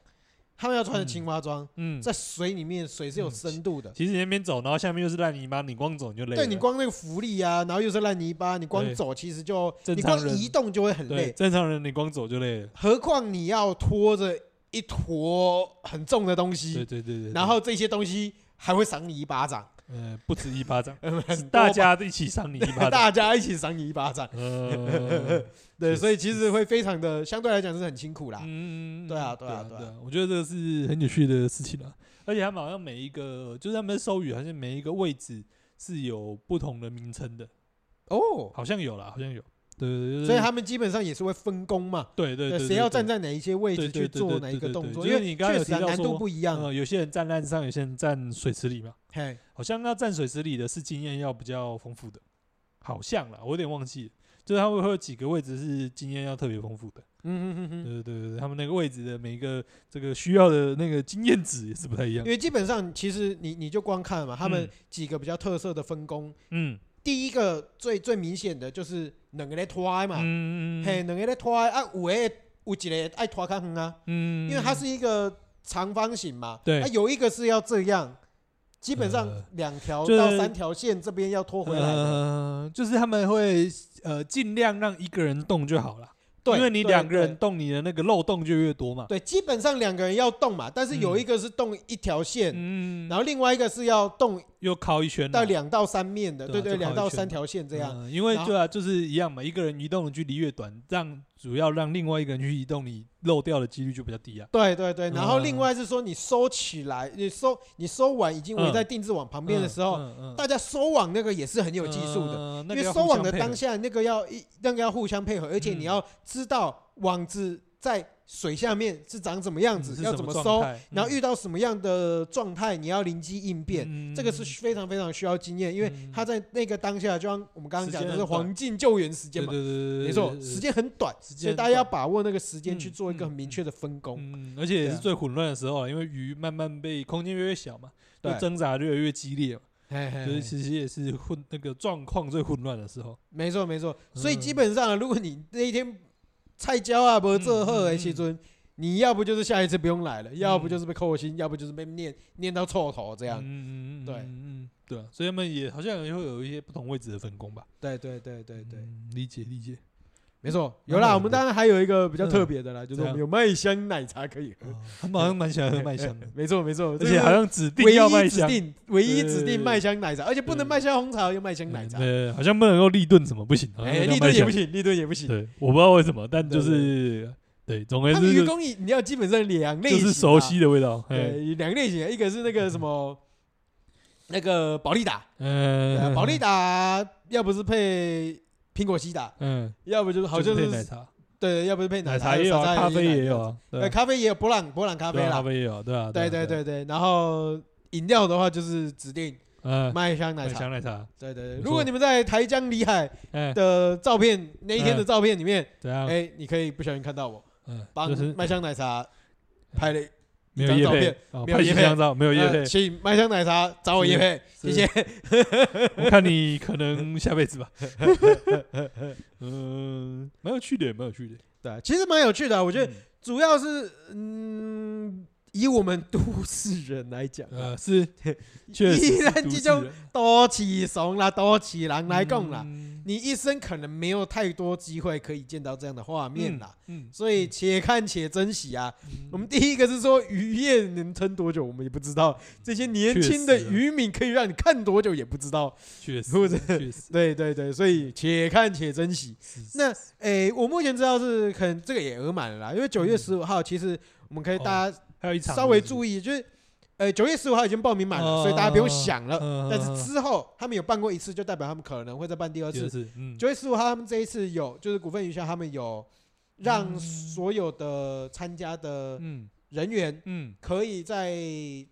他们要穿着青蛙装，嗯，在水里面，水是有深度的，其实你那边走，然后下面又是烂泥巴，你光走你就累了。对你光那个浮力啊，然后又是烂泥巴，你光对走其实就，正你常光人移动就会很对累，正常人你光走就累了。何况你要拖着一坨很重的东对西，对对对，然后这些东西还会赏你一巴掌，，呃不止一巴掌很是多 大吧家一起上你一巴掌。大家一起赏你一巴掌，呃，对，是所以其实会非常的，相对来讲是很辛苦啦。嗯，对啊对对啊对啊对啊，我觉得这个是很有趣的事情啊。而且他们好像每一个，就是他们收鱼，好像每一个位置是有不同的名称的，哦，好像有啦，好像有。对对对对，所以他们基本上也是会分工嘛，对对对，对，对谁要对站在哪一些位置对对去对做对哪一对个对动对作，就因是为你刚刚确有实提啊到难度说不一样。呃，有些人站岸上，有些人站水池里嘛，嘿，好像要站水池里的是经验要比较丰富的，好像啦，我有点忘记了，就是他们会有几个位置是经验要特别丰富的，嗯哼哼哼，对对对对，他们那个位置的每一个这个需要的那个经验值也是不太一样因，为基本上其实你你就光看嘛，他们嗯几个比较特色的分工，嗯第一个最最明显的就是两个在拖嘛，嗯嘿，两个在拖啊，有诶有一个爱拖较远啊，嗯因为它是一个长方形嘛，对啊有一个是要这样，基本上呃两条就是到三条线这边要拖回来的，呃，就是他们会呃尽量让一个人动就好了，对，因为你对两个。对人动，你的那个漏洞就越多嘛，对，基本上两个人要动嘛，但是有一个是动一条线，嗯，然后另外一个是要动又靠一圈啊，到两到三面的，对对啊对，就靠两一到圈三嘛条线这样。嗯因为然后对啊，就是一样嘛，一个人移动的距离越短，让主要让另外一个人去移动，你漏掉的几率就比较低啊。对对对，然后嗯另外是说你收起来，你收你收完已经围在定制网旁边的时候，嗯，嗯大家收网那个也是很有技术的，因的为收网的当下那个要一那个要互相配合，而且嗯你要知道网子在水下面是长什么样嗯子，要怎么收，，然后遇到什么样的状态，你要灵机应变。变这个是非常非常需要经验，因为嗯他在那个当下，就像我们刚刚讲的时是间很短黄金救援时间对嘛，对对，没错，时间很短，时所以间大家要把握那个时间嗯去做一个很明确的分工。嗯，而且也对是啊最混乱的时候啊，因为鱼慢慢被空间越来越小嘛，就对哎挣扎越来越激烈嘛，嘿嘿就是嘿其实也是混那个状况最混乱的时候。没错没错，所以嗯基本上啊，如果你那一天菜椒啊不这贺嗯嗯的嗯其尊，你要不就是下一次不用来了，要不嗯就是被扣薪，要不就是被念念到臭头这样。嗯嗯嗯，对嗯嗯对啊，所以他们也好像也会有一些不同位置的分工吧。对对对对对，嗯，理解理解。没错。蛮有好啦，的我们当然还有一个比较特别的啦，就是嗯怎我样们有麦香奶茶可以喝。他们好像蛮喜欢喝麦香的 ，没错没错，而这且个好像指唯定要麦一指香。定唯一指对定麦香奶茶，而且不能对麦香红茶，要麦香奶嗯茶。呃，好像不能够立顿什么不行，好像哎，要立麦顿也香不。行，立顿也不行。对，我不知道为什么，但就对对是对，总而他言们之愚就公你你要基本上两类就型、是熟，悉的味道。哎，对，两类型，一个是那个什么，那个保利达，嗯，呃保利达要不是配苹果西达，嗯，要不就是好像就是配是奶茶，对，要不是配奶茶茶也有啊，咖啡也有奶，啊，对呃，啊咖啡也有博朗博朗咖对啡啊咖啦，啡也有，对啊，对啊对啊对对，然后饮料的话就是指定嗯，麦香奶麦茶，香奶茶，对对对，没错如果你们在台江里海哎，的照片那一天嗯的照片里面，怎样？哎，你可以不小心看到我嗯，帮就是麦香奶茶拍了没有张叶照片配，哦没有拍业形配象照，没有叶呃 配。请麦香奶茶找我叶配，谢是谢。我看你可能下辈 子吧。嗯，蛮有趣的，蛮有趣的。对，其实蛮有趣的啊、我我觉得主要是，嗯，以我们都市人来讲啊，呃是 确实依是然都之市中人多起怂啦，多起狼来共啦。啊嗯你一生可能没有太多机会可以见到这样的画面啦，嗯，所以且看且珍惜啊。嗯我们第一个是说渔业能撑多久，我们也不知道；嗯这些年轻的确实啊渔民可以让你看多久也不知道。确实或者 确实对对对，所以且看且珍惜。 是是那诶，我目前知道是可能这个也额满了啦，因为九月嗯十五号其实我们可以哦大家还有一场稍微注意，就是呃九月十五号已经报名满哦了，所以大家不用想了。了但是之后他们有办过一次，就代表他们可能会再办第二次。是嗯，九月十五号他们这一次有，就是股份营销他们有让所有的参加的嗯人员嗯可以在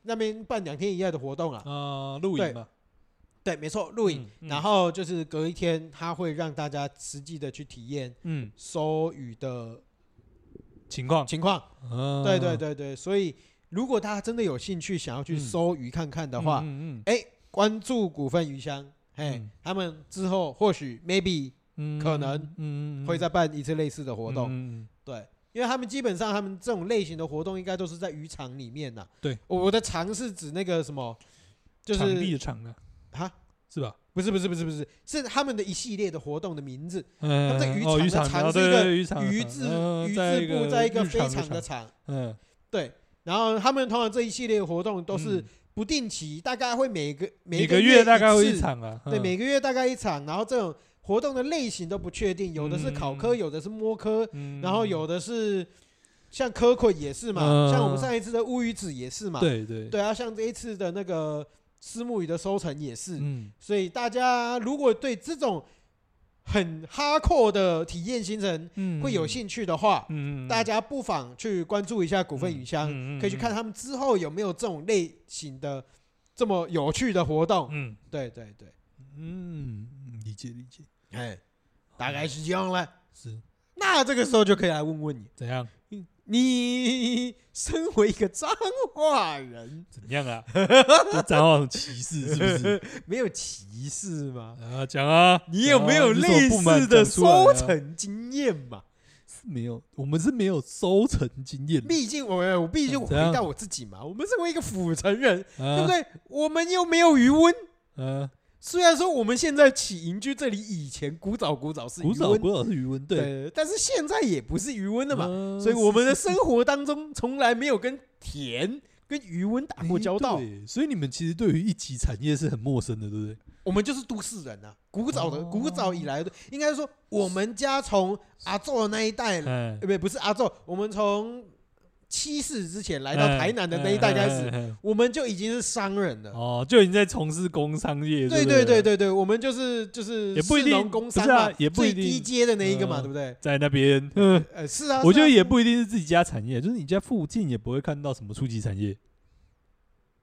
那边办两天一夜的活动啊。啊露对营嘛，对，没错，露营。嗯嗯然后就是隔一天，他会让大家实际的去体验嗯收鱼的情况，情况。啊对对对对，所以如果大家真的有兴趣想要去嗯收鱼看看的话，嗯嗯哎、关注股份鱼香，哎、嗯他们之后或许 maybe 嗯，可能嗯嗯会再办一次类似的活动，嗯嗯对，因为他们基本上他们这种类型的活动应该都是在渔场里面呐。对，我我的场是指那个什么，就场地是的场呢，哈，是吧？不是不是不是不是，是他们的一系列的活动的名字，嗯，在渔哦场的场啊是对一个对渔场的鱼场字嗯鱼在字部在一个日非常常的的，场，嗯，对，然后他们通常这一系列活动都是嗯不定期，大概会每个每个个月大概会次一场啊，对，嗯每个月大概一场，然后这种活动的类型都不确定，有的是考科，嗯有的是摸科，嗯然后有的是像科捆也是嘛，嗯像我们上一次的乌鱼子也是嘛，对对，对啊，像这一次的那个丝木鱼的收成也是，嗯，所以大家如果对这种很哈扣的体验行程嗯会有，兴趣的话，嗯，大家不妨去关注一下股股份鱼香，香可以去看，他们之后有没有这种类型的这么有趣的活动。嗯对对对，嗯嗯，理解理解，哎，大概是这样了。是那这个时候就可以来问问怎样你，你身为一个彰化人，怎么样 啊？这彰化很歧视是不是？没有歧视吗？啊，讲啊，你有没有讲啊你类有什么不满似的讲出来啊收成经验哦嘛？是没有，我们是没有收成经验的，毕竟我我毕竟嗯回怎样到我自己嘛，我们身为一个府城人，对对不？对？我们又没有余温。嗯，虽然说我们现在起营居这里以前古早古早是余古早温，古早是余温，对，对，但是现在也不是余温了嘛，嗯所以我们的是是生活当中从来没有跟田跟余温打过交道，哎对所以你们其实对于一级产业是很陌生的，对不对？我们就是都市人啊，古早的哦古早以来的，应该说我们家从阿昼的那一代，呃哎，不、不是阿昼，我们从七世之前来到台南的那一代开哎始，，哎哎哎我们就已经是商人了。哦，就已经在从事工商业，对对对不对，对对，我们就是就是也不一定士农工商不是嘛啊，也不一最定低阶的那一个嘛，嗯对不 对？在那边，嗯，呃，是啊， 我觉得是啊也不一定是自己家产业，就是你家附近也不会看到什么初级产业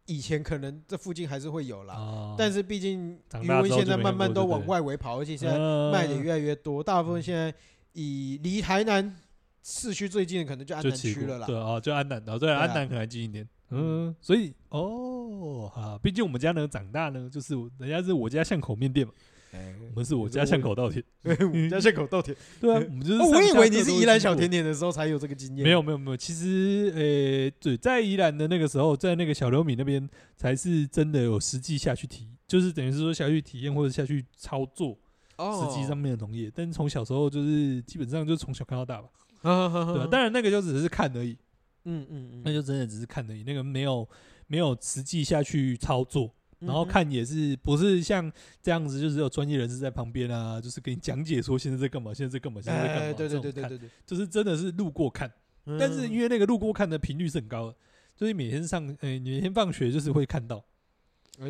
以前可能这附近还是会有啦，啊但是毕竟长余大温之后现在就没慢看慢过都就对嗯往了外围跑，而且现在卖卖的越来越多，大部分现在以离台南市区最近的可能就安就南骑区过了啦。对啊，就安南的，对，啊安南可能还近一点。嗯，所以哦，啊，毕竟我们家呢长大呢，就是人家是我家巷口面店嘛，哎我们是我家巷口稻田， 我们家巷口稻 田。对啊，我们就是哦，上我以下为课你是都会宜兰经小过甜甜的时候才有这个经验。没有，没有没有，其实呃，对，在宜兰的那个时候，在那个小刘米那边才是真的有实际下去体，就是等于是说下去体验或者下去操作哦，实际 上面的农业。但是从小时候就是基本上就从小看到大吧，对、啊啊，，当然那个就只是看而已，嗯嗯嗯，那就真的只是看而已，那个没有没有实际下去操作。然后嗯，看也是不是像这样子，就是有专业人士在旁边啊，就是给你讲解说现在在干嘛，现在在干嘛，现在在干嘛。哎，对对这种对对看，对对。嗯就是真的是路过看。但是因为为那个路过看的频率是很高的，就是每天上，呃，每天放学就是会看到，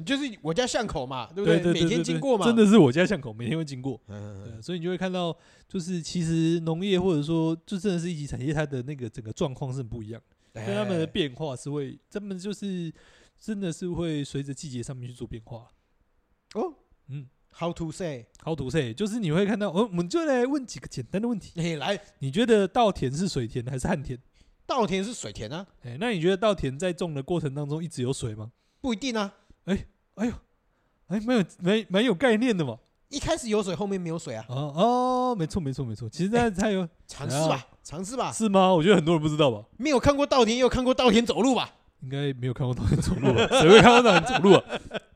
就是我家巷口嘛，对不嗯对对，每天对经对过嘛，真的是我家巷口每天会经过，嗯，嗯，嗯对，所以你就会看到，就是其实农业或者说就真的是一级产业，它的那个整个状况是很不一样，哎跟他们的变化是会，他们就是真的是会随着季节上面去做变化。哦，嗯，How to say？好土塞，就是你会看到，哦，我们就来问几个简单的问题，哎，来，你觉得稻田是水田还是旱田？稻田是水田啊，哎，那你觉得稻田在种的过程当中一直有水吗？不一定啊，哎，蛮有蛮蛮有概念的嘛。一开始有水，后面没有水啊，哦哦，没错没错没错。其实它它有尝试吧，尝试吧，是吗？我觉得很多人不知道吧，没有看过稻田，也有看过稻田走路吧？应该没有看过导演走路吧？ 谁会看到导演走路啊？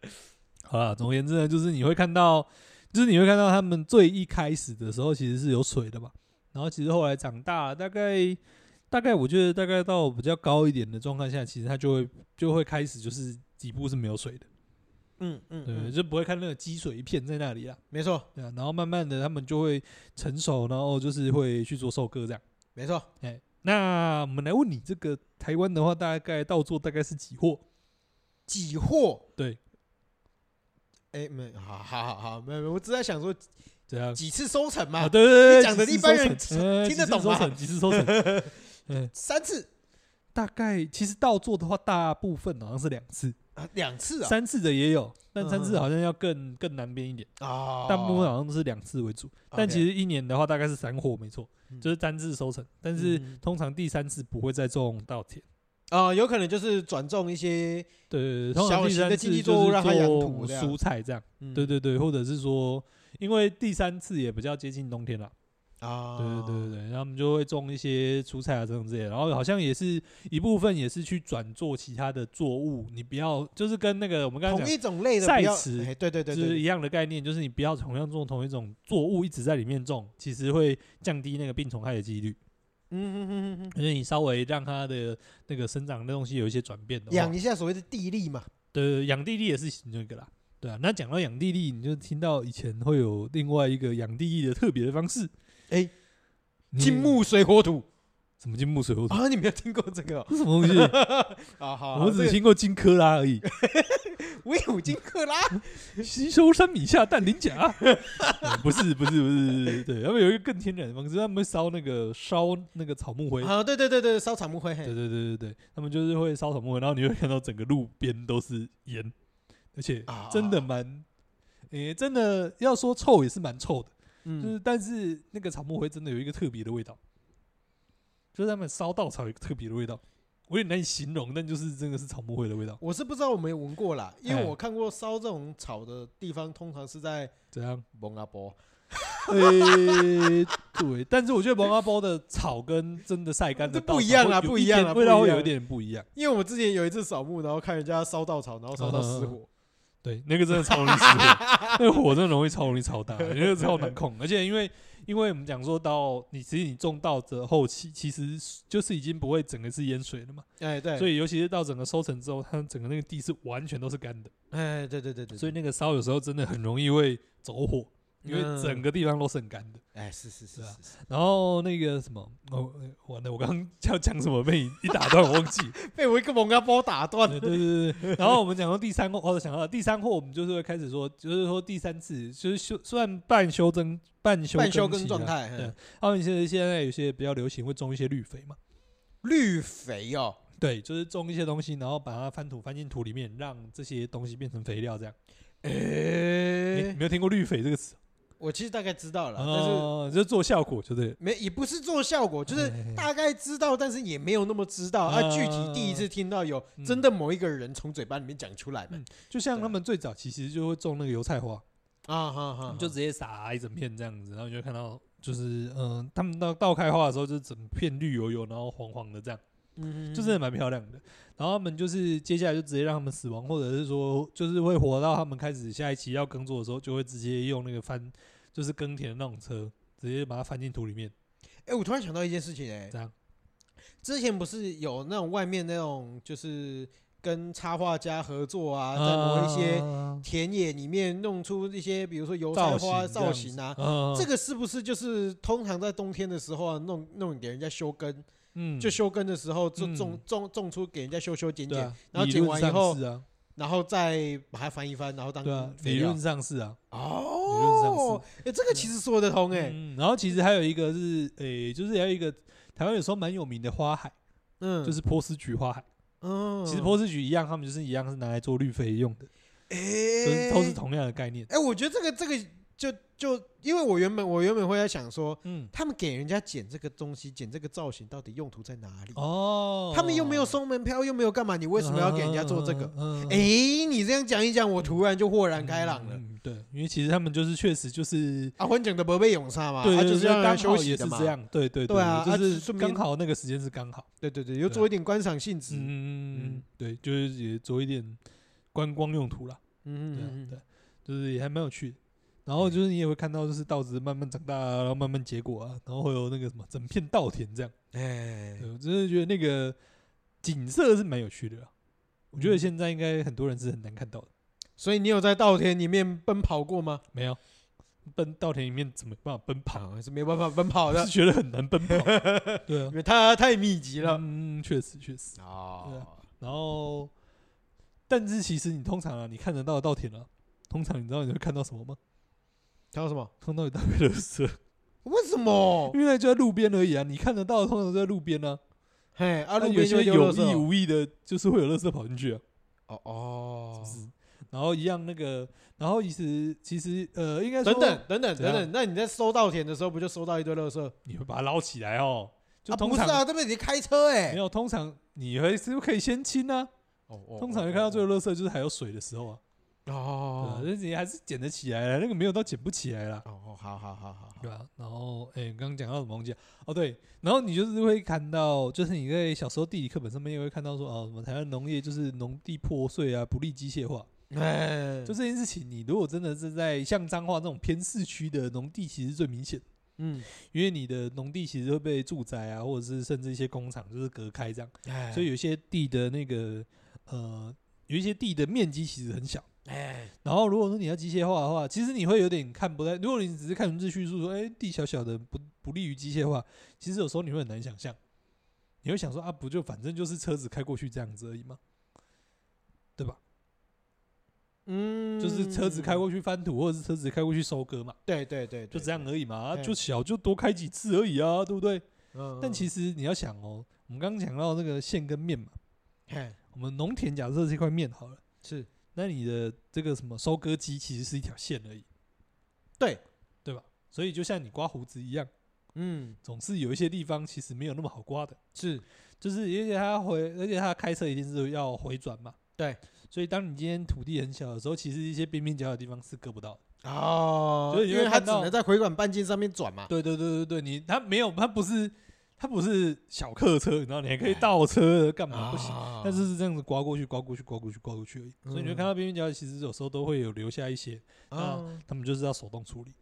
好啦，总而言之呢，就是你会看到，就是你会看到他们最一开始的时候其实是有水的嘛，然后其实后来长大，大概大概我觉得大概到比较高一点的状况下，其实它就会就会开始就是底部是没有水的，嗯嗯，对，嗯就不会看那个积水一片在那里啦，没错对啊，然后慢慢的他们就会成熟，然后就是会去做收割这样。没错，哎，那我们来问你，这个台湾的话，大概稻作大概是几货？几货？对，哎，没，好好好好，没有，没有我只在想说怎样？几次收成嘛啊，，对对对，你讲的一般人几次收成呃听得懂吗几次收成？几次收 成嗯，三次 大概其实稻作的话，大部分好像是两次，啊，两次啊，三次的也有，但嗯三次嗯好像要更更南边一点，啊，大部分好像都是两次为主。但其实一年的话，大概是三货，没错嗯，就是单次收成。但是通常第三次不会再种稻田，啊，嗯有可能就是转种一些，对对对，嗯通小常第型的三次经济就作物是让它养种土这样蔬菜这样。嗯对对对，或者是说，因为第三次也比较接近冬天了，啊，对对对对对，然后我们就会种一些蔬菜啊这种之类的，然后好像也是一部分也是去转做其他的作物，你不要就是跟那个我们刚刚同讲一种类的在不要，此哎，对对对就是对一样的概念，就是你不要同样种同一种作物一直在里面种，其实会降低那个病虫害的几率，嗯嗯嗯嗯嗯，因为你稍微让它的那个生长的东西有一些转变的话养，一下所谓的地利嘛，对，养地利也是其中一个啦。对啊，那讲到养地利，你就听到以前会有另外一个养地利的特别的方式，哎你金木水火土什么金木水火 土？啊，你没有听过这 个哦？这是什么东西？啊，好，我这只个听过金克拉而已。 威武金克 拉，吸收山米下氮磷钾、嗯 不是不是不是，对，他们有一个更天然的方式，他们会烧那个烧那个草木灰。啊，对对对对，烧草木灰，对嘿对对对对，他们就是会烧草木灰，然后你会看到整个路边都是烟，而且啊真的蛮，诶、真的要说臭也是蛮臭的，就嗯，是但是那个草木灰真的有一个特别的味道，就是他们烧稻草有一个特别的味道，我有点难以形容，但就是真的是草木灰的味道，我是不知道我没闻过啦，因为哎我看过烧这种草的地方，通常是在怎样？蒙阿波。呃、对，但是我觉得蒙阿包的草跟真的晒干的这稻不一草样啦会有不一一样点啦味不道一会样有一点不一样。啊因为我之前有一次扫墓，然后看人家烧稻草，然后烧到失火。 对，那个真的超容易失火，那个火真的容易超容易超大，那个超难控。而且因为因为我们讲说到你，其实你种稻子后期，其实就是已经不会整个是淹水了嘛，哎对，所以以尤其是到整个收成之后，它整个那个地是完全都是干的，哎对对对对，所以以那个烧有时候真的很容易会走火，因为嗯整个地方都是很干的。哎是是是对是啊，然后那个什么，哦，完了，我刚刚要讲什么被你一打断，我忘 记。是 被我一个蒙阿波打断了，对对对对。 然后我们讲到第三货，哦，想到第三货，我们就是会开始说，就是说第三次，就是修算半修增、半修半休耕耕期状啊。态，对嗯他们现在现在有些比较流行会种一些绿肥嘛，绿肥哦，对，就是种一些东西，然后把它翻土翻进土里面，让这些东西变成肥料，这样。你哎没有听过绿肥这个词？我其实大概知道了，但是哦，就是做效果，就对了。没也不是做效果，就是哎大概知道，但是也没有那么知道。啊啊，具体第一次听到有嗯真的某一个人从嘴巴里面讲出来嘛嗯？就像对他们最早其实就会种那个油菜花，啊哈哈，你就直接撒啊一整片这样子，然后你就看到就是嗯、呃他们到到开花的时候就是整片绿油油，然后黄黄的这样，嗯就真的蛮漂亮的。然后他们就是接下来就直接让他们死亡，或者是说就是会活到他们开始下一期要耕作的时候，就会直接用那个翻就是耕田的那种车，直接把它翻进土里面。哎，我突然想到一件事情，哎这样，之前不是有那种外面那种就是跟插画家合作啊，嗯在某一些啊田野里面弄出一些，比如说油菜花造型啊。啊这个个是不是就是通常在冬天的时候啊，弄弄给人家修根，嗯就修根的时候就种嗯种种出给人家修修剪对剪，啊，然后理剪论完以上后是啊，然后再把它翻一翻，然后当对啊，肥理料论上是啊，理论上是哦，哎、这个其实说得通哎、嗯，然后其实还有一个是，诶、就是还有一个台湾有时候蛮有名的花海，嗯，就是波斯菊花海。嗯，其实波斯菊一样，他们就是一样是拿来做绿肥用的，哎、就是都是同样的概念。哎、我觉得这个这个就就因为我原本我原本会在想说，嗯，他们给人家剪这个东西，剪这个造型到底用途在哪里？哦，他们又没有收门票，又没有干嘛，你为什么要给人家做这个？嗯？嗯哎、你这样讲一讲，我突然就豁然开朗了。嗯对，因为其实他们就是确实就是。啊，婚讲的不被永杀嘛，对，啊对就是对让人刚休好息也的是嘛这，样，对对对啊啊就就是顺便刚好那个时间是刚好，对对对，又做一点观赏性质，嗯嗯，对，就是也做一点观光用途啦。对啊嗯嗯对，就是也还蛮有趣的。然后就是你也会看到，就是稻子慢慢长大啊，然后慢慢结果啊，然后会有那个什么整片稻田这样。嗯，哎，对我真的觉得那个景色是蛮有趣的啊。我觉得嗯现在应该很多人是很难看到的，所以你有在稻田里面奔跑过吗？没有奔稻田里面怎么有办法奔 跑？跑还是没办法奔跑的 是，觉得很难奔 跑。对啊因，为它太密集了。嗯，确实确实。对哦啊，然后，但是其实你通常啊，你看得到的稻田啊，通常你知道你会看到什么吗？还有什么？通常有大堆垃圾。 为什么？因为那就在路边而已啊，你看得到的通常都在路边呢、嘿，啊，啊。路有边就些会丢有垃圾意哦无意的，就是会有垃圾跑进去啊，哦哦是不是？然后一样那个，然后其实其实呃，应该说等等等等怎等样等，那你在收稻田的时候，不就收到一堆垃圾？你会把它捞起来哦。就啊，通不是常、哦啊，这边已经开车哎没。有，通常你还是可以先清啊。哦哦通常你看到最后垃圾就是还有水的时候啊，哦对啊哦但是你还是捡得起来了，啊那个没有到捡不起来啦。哦哦，好好好好好对。啊，然后哎，刚刚讲到什么忘记了？哦，对，然后你就是会看到，就是你在小时候地理课本上面也会看到说，哦，什么台湾农业就是农地破碎啊，不利机械化。哎，就这件事情，你如果真的是在像彰化那种偏市区的农地，其实最明显，嗯，因为你的农地其实会被住宅啊，或者是甚至一些工厂就是隔开这样，哎所以有一些地的那个呃，有一些地的面积其实很小。哎，然后如果说你要机械化的话，其实你会有点看不太。如果你只是看文字叙述说，哎，地小小的不不利于机械化，其实有时候你会很难想象。你会想说啊，不就反正就是车子开过去这样子而已嘛，对吧？嗯，就是车子开，过去翻土，或者是车子开过去收割嘛，对对对，就这样而已嘛，啊对嗯就小就多开几次而已啊，对不对？样但其实，实你要想哦，我们刚刚讲到那个线跟面嘛，嘿，我们农田假设这块面好了，是那你的这个什么收割机其实是一条线而已，对，对吧？所以就像你刮胡子一样，嗯总是有一些地方其实没有那么好刮的，是，就是而且他回，而且他开车一定是要回转嘛，对。所以当你今天土地很小的时候，其实一些边边角角的地方是割不到的。哦，所以你因会为它看只到能在回管半径上面转嘛。对对对对对，你他没有，他不是他不是小客车，你知道，你还可以倒车干嘛不行？啊嗯但是是这样子刮过去、刮过去、刮过去、刮过去而已。所以你会看到边边角角，其实有时候都会有留下一些，啊，他们就是要手动处理。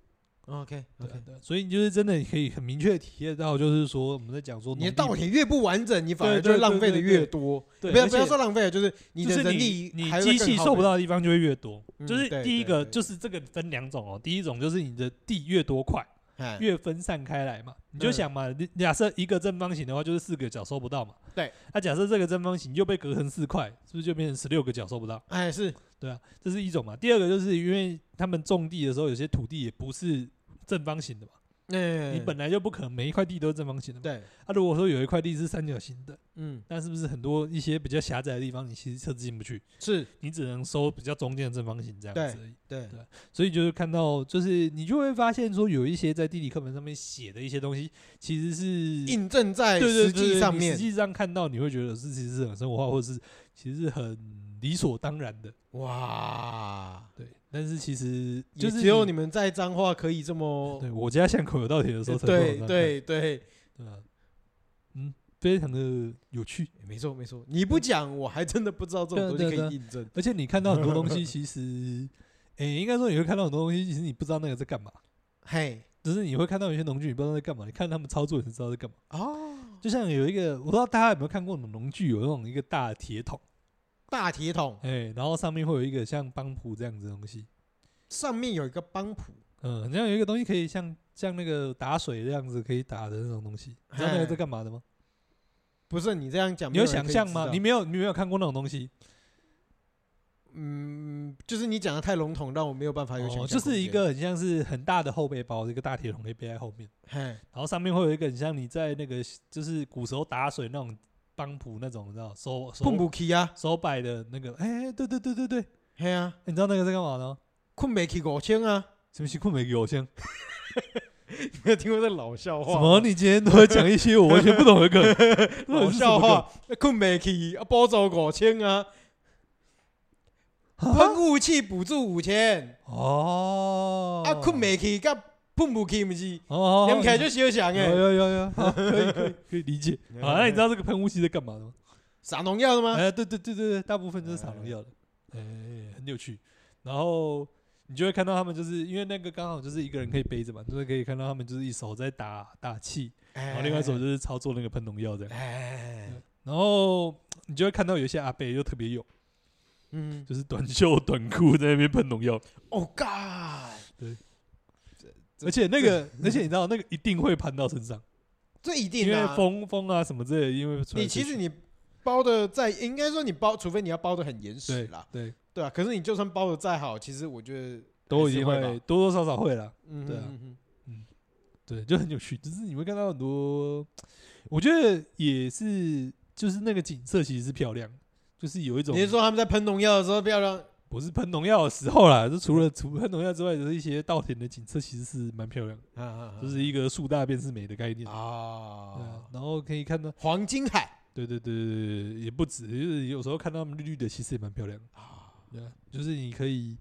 OK 嗯对啊 OK，对啊所以你就是真的可以很明确地体验到，就是说我们在讲说你的农地稻田越不完整，你反而对就对浪费的对对越多。对不要而不要且说浪费了，就是你就的是人你力你还会机更器耗受不费，到的地方就会越多。嗯就是对第一对个对就是这个分两种哦，第一种就是你的地越多块，哎越分散开来嘛，你就嗯想嘛，你假设一个正方形的话，就是四个角收不到嘛。对，那假设这个正方形又被隔成四块，是不是就变成十六个角收不到？哎是对啊，这是一种嘛。第二个就是因为他们种地的时候，有些土地也不是正方形的嘛，哎你本来就不可能每一块地都是正方形的嘛。对啊，如果说有一块地是三角形的，嗯那是不是很多一些比较狭窄的地方，你其实车子进不去，是你只能收比较中间的正方形这样子而已。对对所以就是看到，就是你就会发现说，有一些在地理课本上面写的一些东西，其实是印证在对对实对际上你面实际上看到你会觉得是其实是很生活化，或者是其实是很理所当然的。哇，对，但是其实就就是只有你们在彰化可以这么对我家巷口有稻田的时候才会哦呃对往上对对，看对啊，嗯，非常的有趣。没错没错，你不讲我还真的不知道这种东对西啊对啊可以印证。而且你看到很多东西，其实，诶、应该说你会看到很多东西，其实你不知道那个在干嘛，嘿，只是你会看到有些农具，你不知道在干嘛，你看他们操作，你就知道在干嘛。哦，就像有一个，我不知道大家有没有看过农具，有那种一个大的铁桶，大铁桶哎、然后上面会有一个像帮浦这样子的东西，上面有一个帮浦，嗯，像有一个东西可以像像那个打水这样子可以打的那种东西，你知道那个在干嘛的吗？不是你这样讲，你有想象吗？你你没有，你没有看过那种东西，嗯，就是你讲的太笼统，让我没有办法有想象空哦，就间。是一个很像是很大的后背包，一个大铁桶可以背在后面，嘿，然后上面会有一个很像你在那个就是古时候打水那种帮浦那种，你知道手手困不起啊，手摆的那个，哎、对对对对对，嘿啊，你知道那个在干嘛的吗？困不起五千啊，什么辛苦没给我先？你有听过这老笑什话吗？么？你今天都在讲一些我完全不 懂的梗，老笑话，哎困不起啊，补助五千啊，啊喷雾器补助五千哦啊，困不起甲喷不起，不是哦，连起来就小想有诶，有有有，好可以可以可以 理解。好，那你知道这个喷雾器在干嘛的吗？撒农药的吗？哎，对对对对对，大部分就是撒农药的，哎，很有趣。然后你就会看到他们，就是因为那个刚好就是一个人可以背着嘛，就是可以看到他们就是一手在打打气，然哎后哦另外一手就是操作那个喷农药这样。哎，然后你就会看到有一些阿伯就特别勇，嗯，就是短袖短裤在那边喷农 药，哦 God，这而且那个，而且你知道那个一定会喷到身上，这一定因的为啊。风风啊什么之类的，因为吹来你其吹实去你包的再，应该说你包，除非你要包的很严实对啦，对对啊。可是你就算包的再好，其实我觉得都还一是定会会吧多多少少会啦。嗯哼，对啊嗯哼对，就很有趣，就是你会看到很多，我觉得也是，就是那个景色其实是漂亮，就是有一种你是说他们在喷农药的时候不要让？不是喷农药的时候啦，就除了除喷农药之外的一些稻田的景色其实是蛮漂亮的，啊啊就是一个树大便是美的概念。对啊啊，，然后可以看到，黄金海对对对对对，也不止，就是有时候看到它们绿绿的，其实也蛮漂亮的。啊，对啊，就是你可以，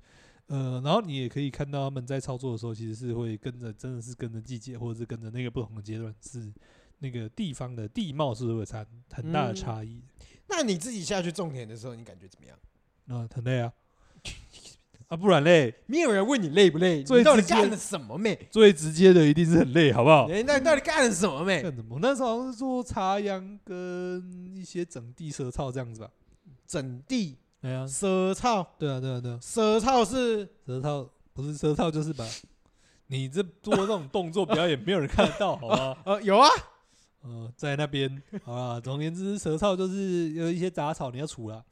呃，然后你也可以看到他们在操作的时候，其实是会跟着，真的是跟着季节，或者是跟着那个不同的阶段，是那个地方的地貌是会有差很大的嗯差异。那你自己下去种田的时候，你感觉怎么样？那、很累啊， 啊，不然累，没有人问你累不累，最你到底直接哦干了什么没？最直接的一定是很累，好不好？人到底到底干了什么 没？干什么？我那时候好像是做插秧跟一些整地舌草这样子吧。整地哎呀，蛇草，对啊，对啊，对啊，蛇草是舌套不是舌套就是把， 你这做这种动作表演，没有人看得到，好吗？呃有啊， 呃，在那边好啦。总而言之，蛇草就是有一些杂草你要除啦，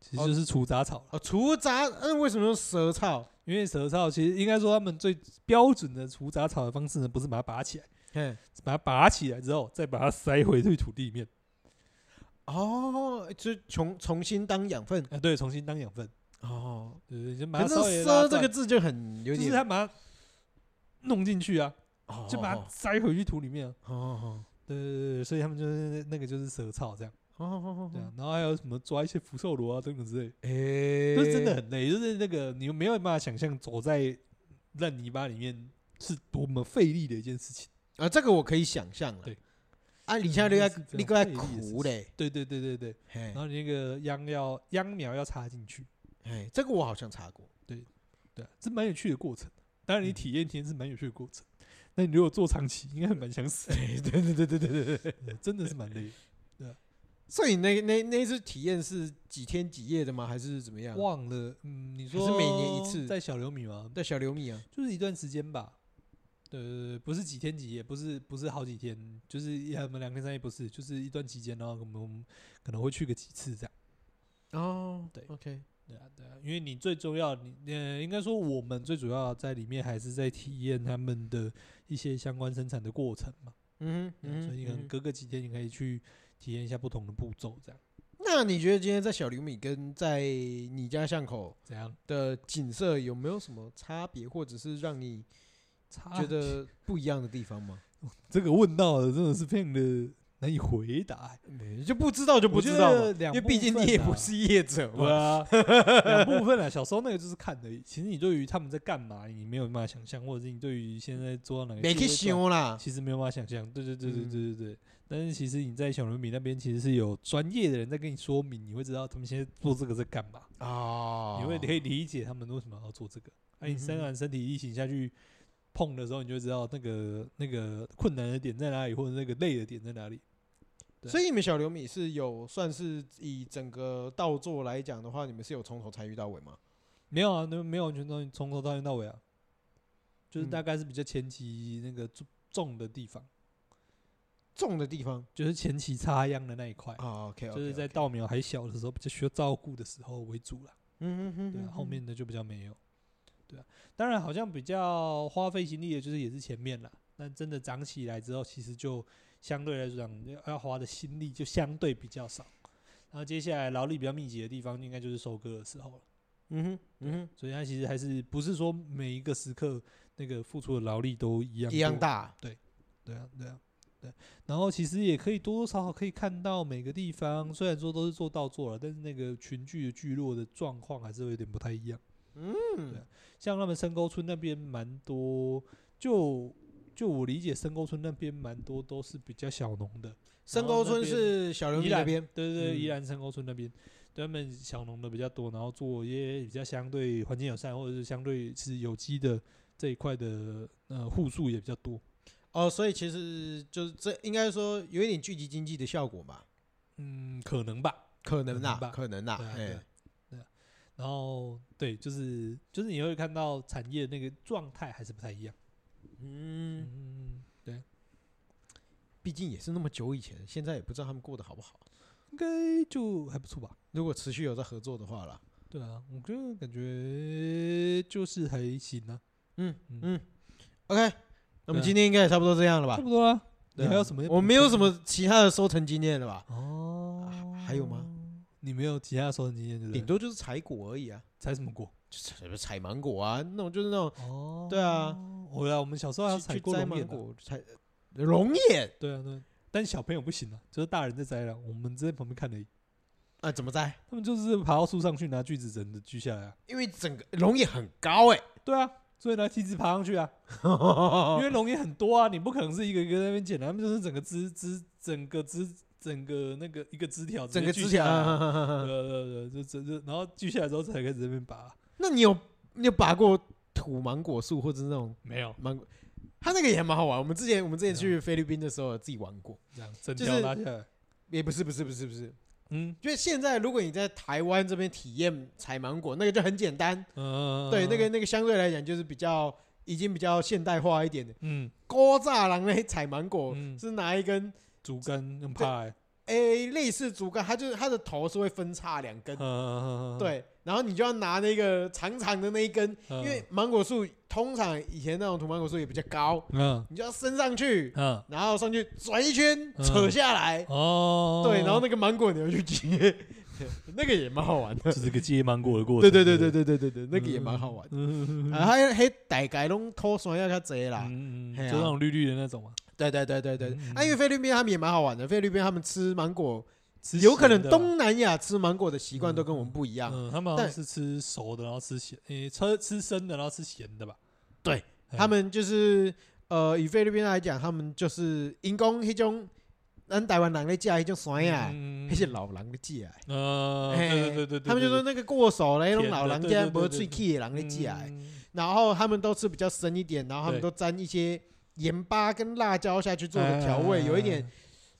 其实哦就是除杂草啦。哦除杂，嗯，为什么用蛇草？因为蛇草其实应该说他们最标准的除杂草的方式呢，不是把它拔起来，嘿，是把它拔起来之后再把它塞回去土地里面，哦，就重重新当养分啊、对，重新当养分。哦。对对，就把可它是稍“微蛇拉”这断个字就很有就是点，它把它弄进去啊，哦就把它塞回去土里面啊。哦哦对对对对，所以他们就是那个就是蛇草这样，哦哦对啊哦，，然后还有什么抓一些福寿螺啊等等之类的。哎，就是真的很累，就是那个你没有办法想象走在烂泥巴里面是多么费力的一件事情。啊，这个我可以想象了。对，啊，你现在都是在非常你都在费力的事苦情嘞，对对对对对，嘿然，后你那个秧要秧苗要插进去，哎，这个我好像查过，对啊，这蛮有趣的过程。当嗯然，你体验体验是蛮有趣的过程。那你如果做长期，应该蛮想死的，对对对对对对对。 对真的是蛮累的。所以那那那一次体验是几天几夜的吗？还是怎么样？忘了，嗯，你还说是每年一次在小刘米吗？在小刘米啊，就是一段时间吧。对对对，不是几天几夜，不是不是好几天，就是也我们两天三夜，不是，就是一段期间，然后我们我们可能会去个几次这样。哦，对，OK，对啊，对啊，因为你最重要，你呃，应该说我们最主要在里面还是在体验他们的一些相关生产的过程嘛，嗯哼嗯、嗯哼，所以你可能嗯哼隔个几天，你可以去体验一下不同的步骤，这样那你觉得今天在小刘米跟在你家巷口怎样？的景色有没有什么差别，或者是让你差觉得不一样的地方吗？这个问到的真的是非常的难以回答、欸没，就不知道就不知道嘛，因为毕竟你也啊不是业者对嘛。啊，两部分啦。啊小时候那个就是看的，其实你对于他们在干嘛，你没有办法想象，或者是你对于现在做到哪个没去阶段想啦，其实没有办法想象。对对对对嗯对对对。但是其实你在小人米那边，其实是有专业的人在跟你说明，你会知道他们现在做这个在干嘛，哦，你会可以理解他们为什么要做这个。哎、你身嗯哼然身体力行下去碰的时候，你就知道那个那个困难的点在哪里，或者那个累的点在哪里。对所以你们小刘米是有算是以整个稻作来讲的话，你们是有从头参与到尾吗？没有啊，那没有完全从从头到到尾啊，就是嗯大概是比较前期那个重重的地方，种的地方就是前期插秧的那一块，啊，OK，就是在稻苗还小的时候，比较需要照顾的时候为主啦。嗯嗯嗯，对啊，嗯后面的就比较没有。对啊，当然好像比较花费心力的，就是也是前面啦。但真的长起来之后，其实就相对来说讲要要花的心力就相对比较少。然后接下来劳力比较密集的地方，应该就是收割的时候了。嗯哼嗯所以它其实还是不是说每一个时刻那个付出的劳力都一样哼，一样多，大，对啊，对啊，对。然后其实也可以多多少少可以看到每个地方，虽然说都是做到做了，但是那个群聚的聚落的状况还是会有点不太一样。对嗯啊，像他们深沟村那边蛮多，就就我理解，深沟村那边蛮多都是比较小农的，深沟村是小刘米宜那兰边，对对对，宜嗯兰深沟村那边，对他们小农的比较多，然后做一些比较相对环境友善或者是相对是有机的这一块的呃户数也比较多。哦，所以其实就是这应该说有一点聚集经济的效果吧，嗯，可能吧。可能啦可能吧，可能啦对，啊对哎啊，对啊然后对，就是就是你会看到产业那个状态还是不太一样。嗯，嗯，对，毕竟也是那么久以前，现在也不知道他们过得好不好。应该就还不错吧。如果持续有在合作的话啦，对啊，我觉得感觉就是还行啊，嗯嗯嗯，OK，那么对啊今天应该也差不多这样了吧差？不多啦。对你啊还有什么要补充的？我没有什么其他的收成经验了吧？哦、啊还有吗？你没有其他的收成经验，对不对顶？多就是采果而已啊，采什么果？就采采芒果啊，那种就是那种哦对啊，我啊，我们小时候还要去采去过摘龙眼芒啊，果，采龙眼对啊，对啊。但小朋友不行啊，就是大人在摘了，我们只在旁边看而已。啊，怎么摘？他们就是爬到树上去拿锯子整的锯下来啊。因为整个龙眼很高哎，对啊，所以拿梯子爬 上去啊，因为龙也很多啊，你不可能是一个一个在那边捡啊的，他们就是整个枝枝整个枝整个那个一个枝条直接整个锯指下甲来啊。 啊。对对对，就这这，然后锯下来之后才开始这边拔，啊那你有你有拔过土芒果树或者是那种没有芒果？它那个也蛮好玩。我们之前我们之前去菲律宾的时候自己玩过，这样整就条是拉下来。也不是不是不是不是，嗯就是现在如果你在台湾这边体验采芒果，那个就很简单，嗯，对，那个那个相对来讲就是比较已经比较现代化一点的。嗯高栅栏那采芒果嗯是拿一根竹竿用怕欸，诶类似竹竿，它就是它的头是会分叉两根嗯，嗯，嗯，对，然后你就要拿那个长长的那一根，嗯因为芒果树通常以前那种土芒果树也比较高，嗯你就要升上去，嗯然后上去转一圈，嗯扯下来，哦，对，然后那个芒果你要去接，那个也蛮好玩的。就是个接芒果的嗯过对程，对对不对，对对对对，那个也蛮好玩的。嗯啊，还还大概拢偷酸要较侪啦。嗯，嗯嘿啊就那种绿绿的那种啊，对对对对对，嗯啊，因为菲律宾他们也蛮好玩的，菲律宾他们吃芒果，吃有可能啊咸的啊东南亚吃芒果的习惯嗯都跟我们不一样。嗯，他们好像但是吃熟的，然后吃咸，诶、吃吃生的，然后吃咸的吧？对嘿，他们就是呃，以菲律宾来讲，他们就是因讲迄种咱台湾人咧食迄种酸啊，嗯迄是老人咧食的。啊呃，嘿对对对对对，他们就说那个过手嘞，甜种的老人对家对对无对喙齿的人咧你食的。嗯、啊然后他们都吃比较深一点，然后他们都沾一些盐巴跟辣椒下去做的调味，哎有一点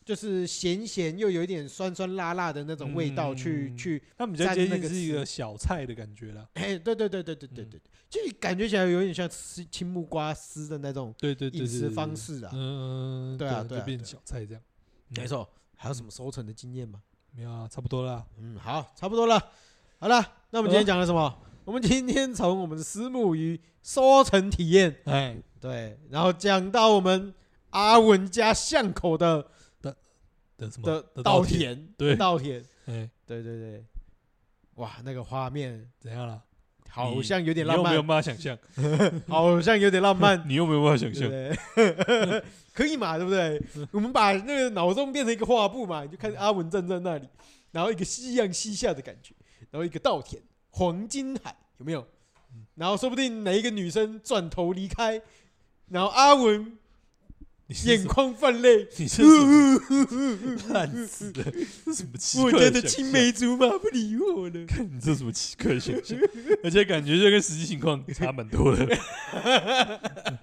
就是咸咸又有一点酸酸辣辣的那种味道去、嗯去。他们比较接沾那近个是一个小菜的感觉啦。哎，对对对对对对嗯对，就感觉起来有点像吃青木瓜丝的那种对对对，饮对食方。式啊。嗯，对啊对啊就变对啊小菜这样。嗯没，错，还有什么收成的经验吗？没有啊，差不多啦。嗯，好，差不多了。好了，那我们今天讲了什么？我们今天从我们的石目鱼收成体验，哎，对，然后讲到我们阿文家巷口的的什么的的稻稻田？田，对稻田，哎，对对对，哇，那个画面怎样啦？好你像有点你浪有没有漫，办法想象？ 好像有点浪漫，你有没有办法对想不象？对？ 可以嘛，对不对？我们把那个脑中变成一个画布嘛，你就看阿文站在那里，然后一个夕阳西下的感觉，然后一个稻田、黄金海，有没有？然后说不定哪一个女生转头离开，然后阿文你是眼什眶泛泪，你是什 么烂死的？这什么奇我怪家的的青想梅竹马不理我了。象？ 你这什么奇怪的想象？而且感觉就跟实际情况差蛮多的。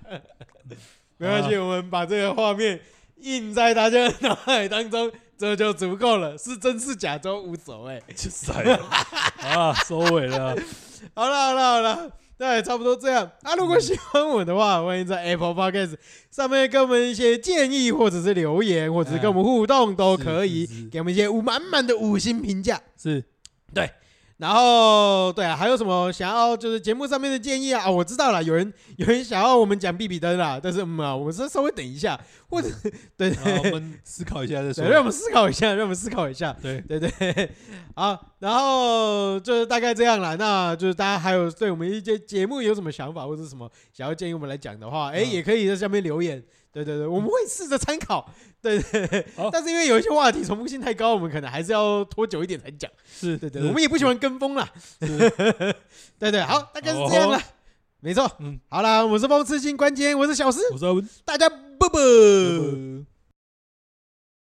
没关系，我们把这个画面印在大家的脑海当中，这就足够了。是真是假都无所谓。就 塞了啊，收尾了。好了好了好了，那也差不多这样。那、如果喜欢我的话，欢迎在 Apple Podcast 上面给我们一些建议，或者是留言，或者是跟我们互动都可以，是是是给我们一些五满满的五星评价。是然后，对啊，还有什么想要就是节目上面的建议啊？啊我知道了，有人 有人想要我们讲比比登啦，但是嗯啊，我们是稍微等一下，或者对对好，我对，们思考一下 再对让我说。们思考一下，让我们思考一下。对，对 对，好，然后就是大概这样啦。那就是大家还有对我们一些节目有什么想法，或者是什么想要建议我们来讲的话，哎、嗯也可以在下面留言。对对对，我们会试着参考。对对对好，但是因为有一些话题重复性太高，我们可能还是要拖久一点才讲。是，对对，是我们也不喜欢跟风啦。是对对，好，大概是这样啦。没错，嗯好啦，我是风刺性关节，我是小诗，我是阿文。大家啵拜啵拜